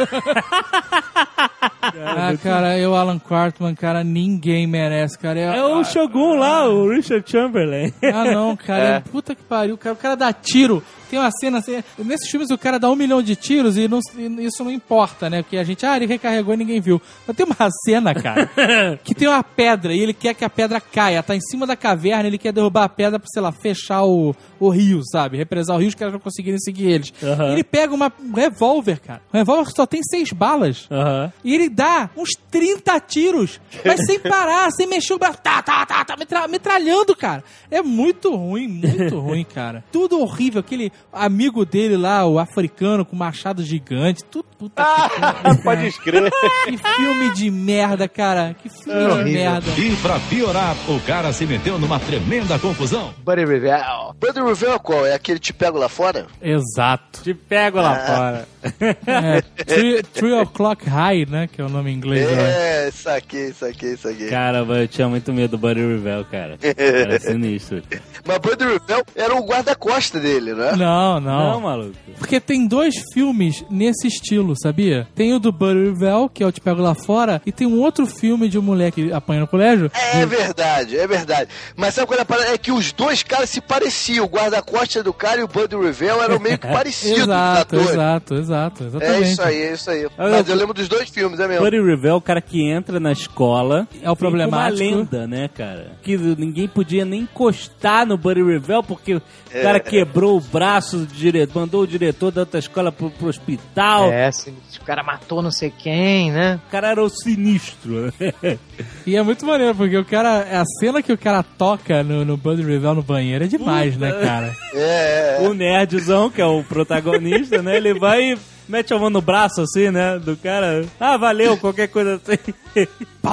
Ah, cara, eu, Alan Quartman, cara, ninguém merece, cara. Eu-
É o Shogun lá, o Richard Chamberlain.
Ah, não, cara.
É.
Puta que pariu, cara. O cara dá tiro. Tem uma cena assim. Nesses filmes o cara dá um milhão de tiros e, não- e isso não importa, né? Porque a gente, ah, ele recarregou e ninguém viu. Mas tem uma cena, cara, que tem uma pedra e ele quer que a pedra caia. Tá em cima da caverna, ele quer derrubar a pedra pra, sei lá, fechar o, o rio, sabe? Represar o rio, os caras não conseguirem seguir eles.
Aham.
Ele pega uma, um revólver, cara. Um revólver que só tem seis balas.
Aham.
E ele dá uns 30 tiros, mas sem parar, sem mexer o braço. Tá, tá, tá, tá, metra- metralhando, cara. É muito ruim, muito ruim, cara. Tudo horrível. Aquele amigo dele lá, o africano com machado gigante. Tudo, puta
Pode escrever.
que, que filme de merda, cara. Que filme de merda.
E pra piorar, o cara se meteu numa tremenda confusão.
Buddy Revell.
Brother Review é qual? É aquele que te pego lá fora?
Exato.
Te pego
Ah.
lá fora.
É, three, Three O'Clock High, né? Que é o nome em inglês. né?
É, saquei, saquei, saquei.
Caramba, eu tinha muito medo do Buddy Revell, cara. Era sinistro.
Mas Brother Review era o guarda-costa dele, né?
Não, não.
Não, Então- maluco.
Porque tem dois filmes nesse estilo, sabia? Tem o do Buddy Revell, que é o Te Pego Lá Fora, e tem um outro filme de um moleque que apanha no colégio.
É verdade, é verdade. Mas sabe qual é a parada? É que os dois caras se pareciam. O guarda-costa do cara e o Buddy Revell eram meio que parecidos. os
Exato,
atores.
exato, exato,
É
exatamente.
isso aí, é isso aí. Mas eu lembro dos dois filmes, é mesmo?
Buddy Revell, o cara que entra na escola.
É
fica
o problemático.
Uma lenda, né, cara? Que ninguém podia nem encostar no Buddy Revell porque o cara quebrou o braço do diretor, mandou o diretor da outra escola pro, pro hospital.
É, assim, o cara matou não sei quem, né?
O cara era o sinistro. né?
E é muito maneiro, porque o cara. é A cena que o cara toca no, no Buddy Revell no banheiro é demais, né, cara?
É,
o nerdzão, que é o protagonista, né? Ele vai e mete a mão no braço, assim, né? Do cara. Ah, valeu, qualquer coisa assim.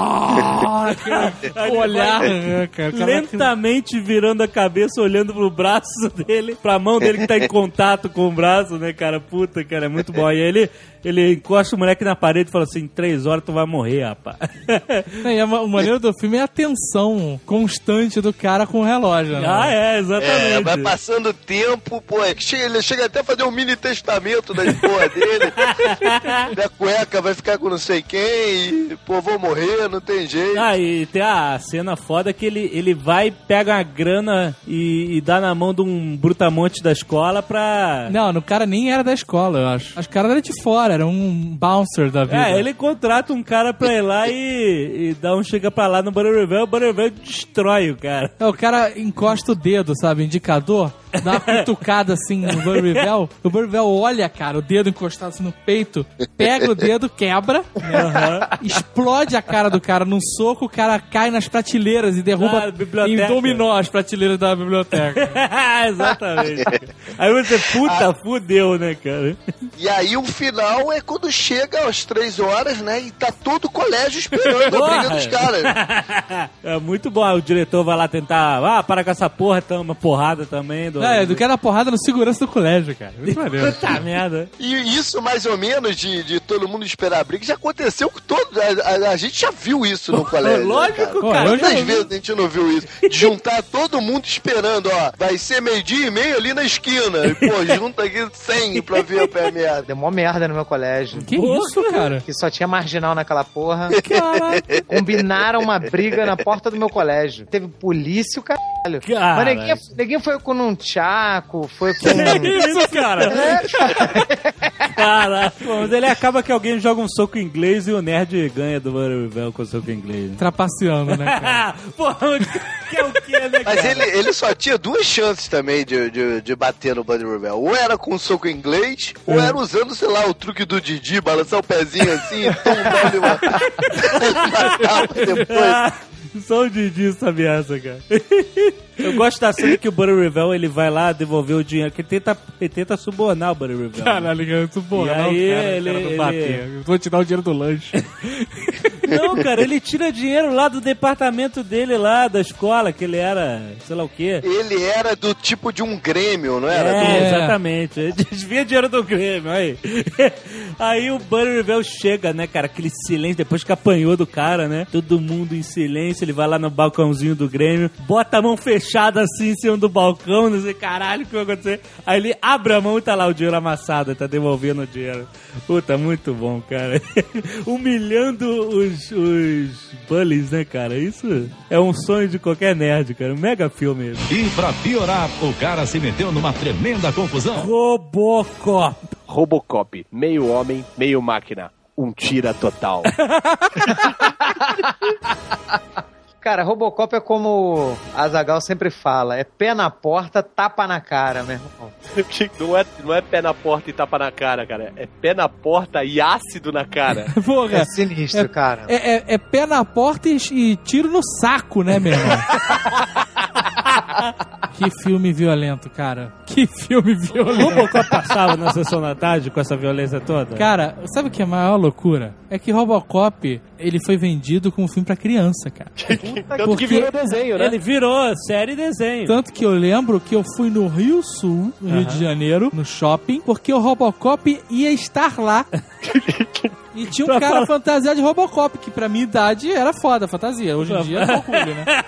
Pá, aquele olhar. né, cara? O cara
Lentamente virando a cabeça, olhando pro braço dele, pra mão dele que tá em contato com o braço, né, cara? Puta, cara, é muito bom. E aí ele, ele encosta o moleque na parede e fala assim: três horas tu vai morrer, rapaz.
É, E a ma- o maneiro do filme é a tensão constante do cara com o relógio, né?
ah, é, exatamente.
é, vai passando o tempo, pô. é que chega- ele chega até a fazer um mini testamento da porra dele. da cueca vai ficar com não sei quem. E, pô, vou morrer, não tem jeito.
Ah, e tem a cena foda que ele, ele vai, pega a grana e, e dá na mão de um brutamonte da escola pra.
Não, no cara nem era da escola, eu acho. Acho que o cara era de fora, era um bouncer da vida.
É, ele contrata um cara pra ir lá e, e dá um chega pra lá no Banner Revell, o Banner Revell destrói o cara.
É, o cara encosta o dedo, sabe? Indicador, dá uma cutucada assim no Burbivel. O Burbivel olha, cara, o dedo encostado assim no peito, pega o dedo, quebra, explode a cara do cara num soco, o cara cai nas prateleiras e derruba
Na biblioteca.
em dominó as prateleiras da biblioteca.
Exatamente. Aí você,
Ah.
puta, fudeu, né, cara?
E aí o final é quando chega às três horas, né? E tá todo o colégio esperando a briga
Porra!
dos caras.
É muito bom. Aí O diretor vai lá tentar, ah, para com essa porra, tá uma porrada também. Do...
Não, é, do cara na porrada no segurança do colégio, cara. Muito maneiro.
Puta merda.
E isso, mais ou menos, de, de todo mundo esperar a briga, já aconteceu com todo. A, a- a gente já viu isso no colégio. né, cara?
Lógico,
Pô,
cara.
eu já
Quantas vezes a gente não viu isso? De juntar todo mundo esperando, ó. Vai ser meio-dia e meio ali na esquina. E, pô, junta aqui 100 pra ver o pé merda.
Deu mó merda no meu colégio.
Que isso, cara?
Que só tinha marginal naquela porra.
Caraca.
Combinaram uma briga na porta do meu colégio. Teve polícia, o caralho.
Cara.
Mas ninguém, é ninguém foi com um tchaco, foi com. um-
isso, cara? Cara, pô, mas ele acaba que alguém joga um soco em inglês e o nerd ganha do Banner Revell com o soco em inglês.
Trapaceando, né, cara?
Pô, que é o que, né, cara?
Mas ele, ele só tinha duas chances também de, de, de bater no Buddy Revell. Ou era com um soco inglês,
É.
ou era usando, sei lá, o truque do Didi, balançar o pezinho assim e tombar ele matar. matava depois.
Ah, Só o Didi sabe essa, cara. Eu gosto da cena que o Buddy Revell, ele vai lá devolver o dinheiro, que ele tenta, ele tenta subornar o Buddy Revell. né?
Caralho, cara, é muito bom.
E
né? O
aí
cara, o
ele-
cara do
ele-
bater. Eu Vou te dar o dinheiro do lanche.
Não, cara, ele tira dinheiro lá do departamento dele lá, da escola, que ele era, sei lá o quê.
Ele era do tipo de um Grêmio, não era?
É,
do-
exatamente. Ele Desvia dinheiro do Grêmio, aí. Aí o Bunny Rebel chega, né, cara? Aquele silêncio, depois que apanhou do cara, né? Todo mundo em silêncio, ele vai lá no balcãozinho do Grêmio, bota a mão fechada assim em cima do balcão, não sei, caralho, o que vai acontecer? Aí ele abre a mão e tá lá o dinheiro amassado, tá devolvendo o dinheiro. Puta, muito bom, cara. Humilhando os, os bullies, né, cara? Isso é um sonho de qualquer nerd, cara. Um mega filme.
E pra piorar, o cara se meteu numa tremenda confusão.
Robocop.
Robocop, meio homem, meio máquina. Um tira total.
Cara, Robocop é como a Zagal sempre fala: é pé na porta, tapa na cara, meu irmão.
não, é, não é pé na porta e tapa na cara, cara. É pé na porta e ácido na cara.
Porra.
É sinistro, cara.
É, é- é pé na porta e, e tiro no saco, né, meu irmão? que filme violento, cara. Que filme violento.
Robocop passava na sessão da tarde com essa violência toda?
Cara, sabe o que é a maior loucura? É que Robocop, ele foi vendido como um filme pra criança, cara.
Tanto que virou É desenho, né?
Ele virou série e desenho.
Tanto que eu lembro que eu fui no Rio Sul, no Rio de Janeiro, no shopping, porque o Robocop ia estar lá. E tinha um
Pra
cara
falar-
fantasiado de Robocop, que pra minha idade era foda a fantasia. Hoje em dia é loucura, né?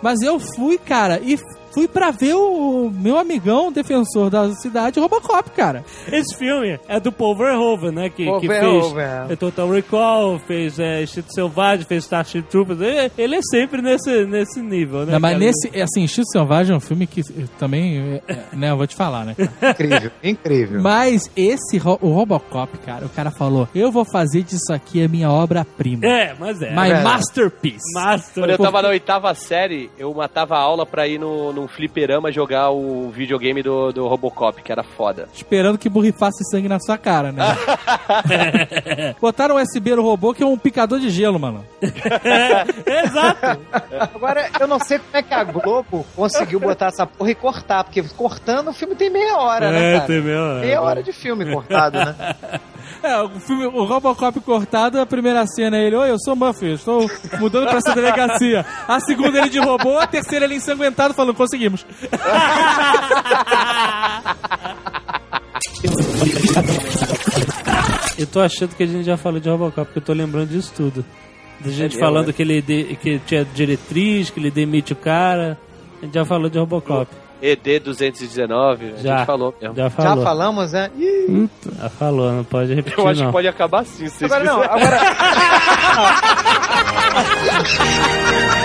Mas eu fui, cara, e fui pra ver o meu amigão, defensor da cidade, Robocop, cara.
Esse filme é do Paul Verhoeven, né? Que, que fez
Overhoven.
é, Total Recall, fez é, Instinto Selvagem, fez Starship Troopers. Ele, ele é sempre nesse, nesse nível, né?
Não, mas
cara?
nesse, assim, Instinto Selvagem é um filme que eh, também, eh, eh, né, eu vou te falar, né?
Incrível, incrível.
Mas esse, ro- o Robocop, cara, o cara falou, eu vou fazer disso aqui a minha obra-prima.
É, mas é.
My
É.
masterpiece.
Master.
Quando eu tava na oitava série, eu matava a aula pra ir no, num fliperama jogar o videogame do, do Robocop, que era foda.
Esperando que borrifasse sangue na sua cara, né? Botaram um USB no robô que é um picador de gelo, mano.
Exato.
Agora, eu não sei como é que a Globo conseguiu botar essa porra e cortar, porque cortando o filme tem meia hora,
É,
né, cara?
mesmo.
Meia hora de filme cortado, né?
É, o, filme, o Robocop cortado, a primeira cena é ele, oi, eu sou Murphy, eu estou mudando pra essa delegacia. A segunda ele de robô, a terceira ele ensanguentado falando, conseguimos.
Eu tô achando que a gente já falou de Robocop, porque eu tô lembrando disso tudo. De gente
mesmo,
falando
né?
que ele de- que tinha diretriz, que ele demite o cara. A gente já falou de Robocop.
ED 219, a
Já.
gente falou mesmo.
Já
Já
falou.
falamos, né? Ih,
Já falou, não pode repetir
Eu acho
não.
que pode acabar assim, se vocês
agora não,
quiserem.
agora.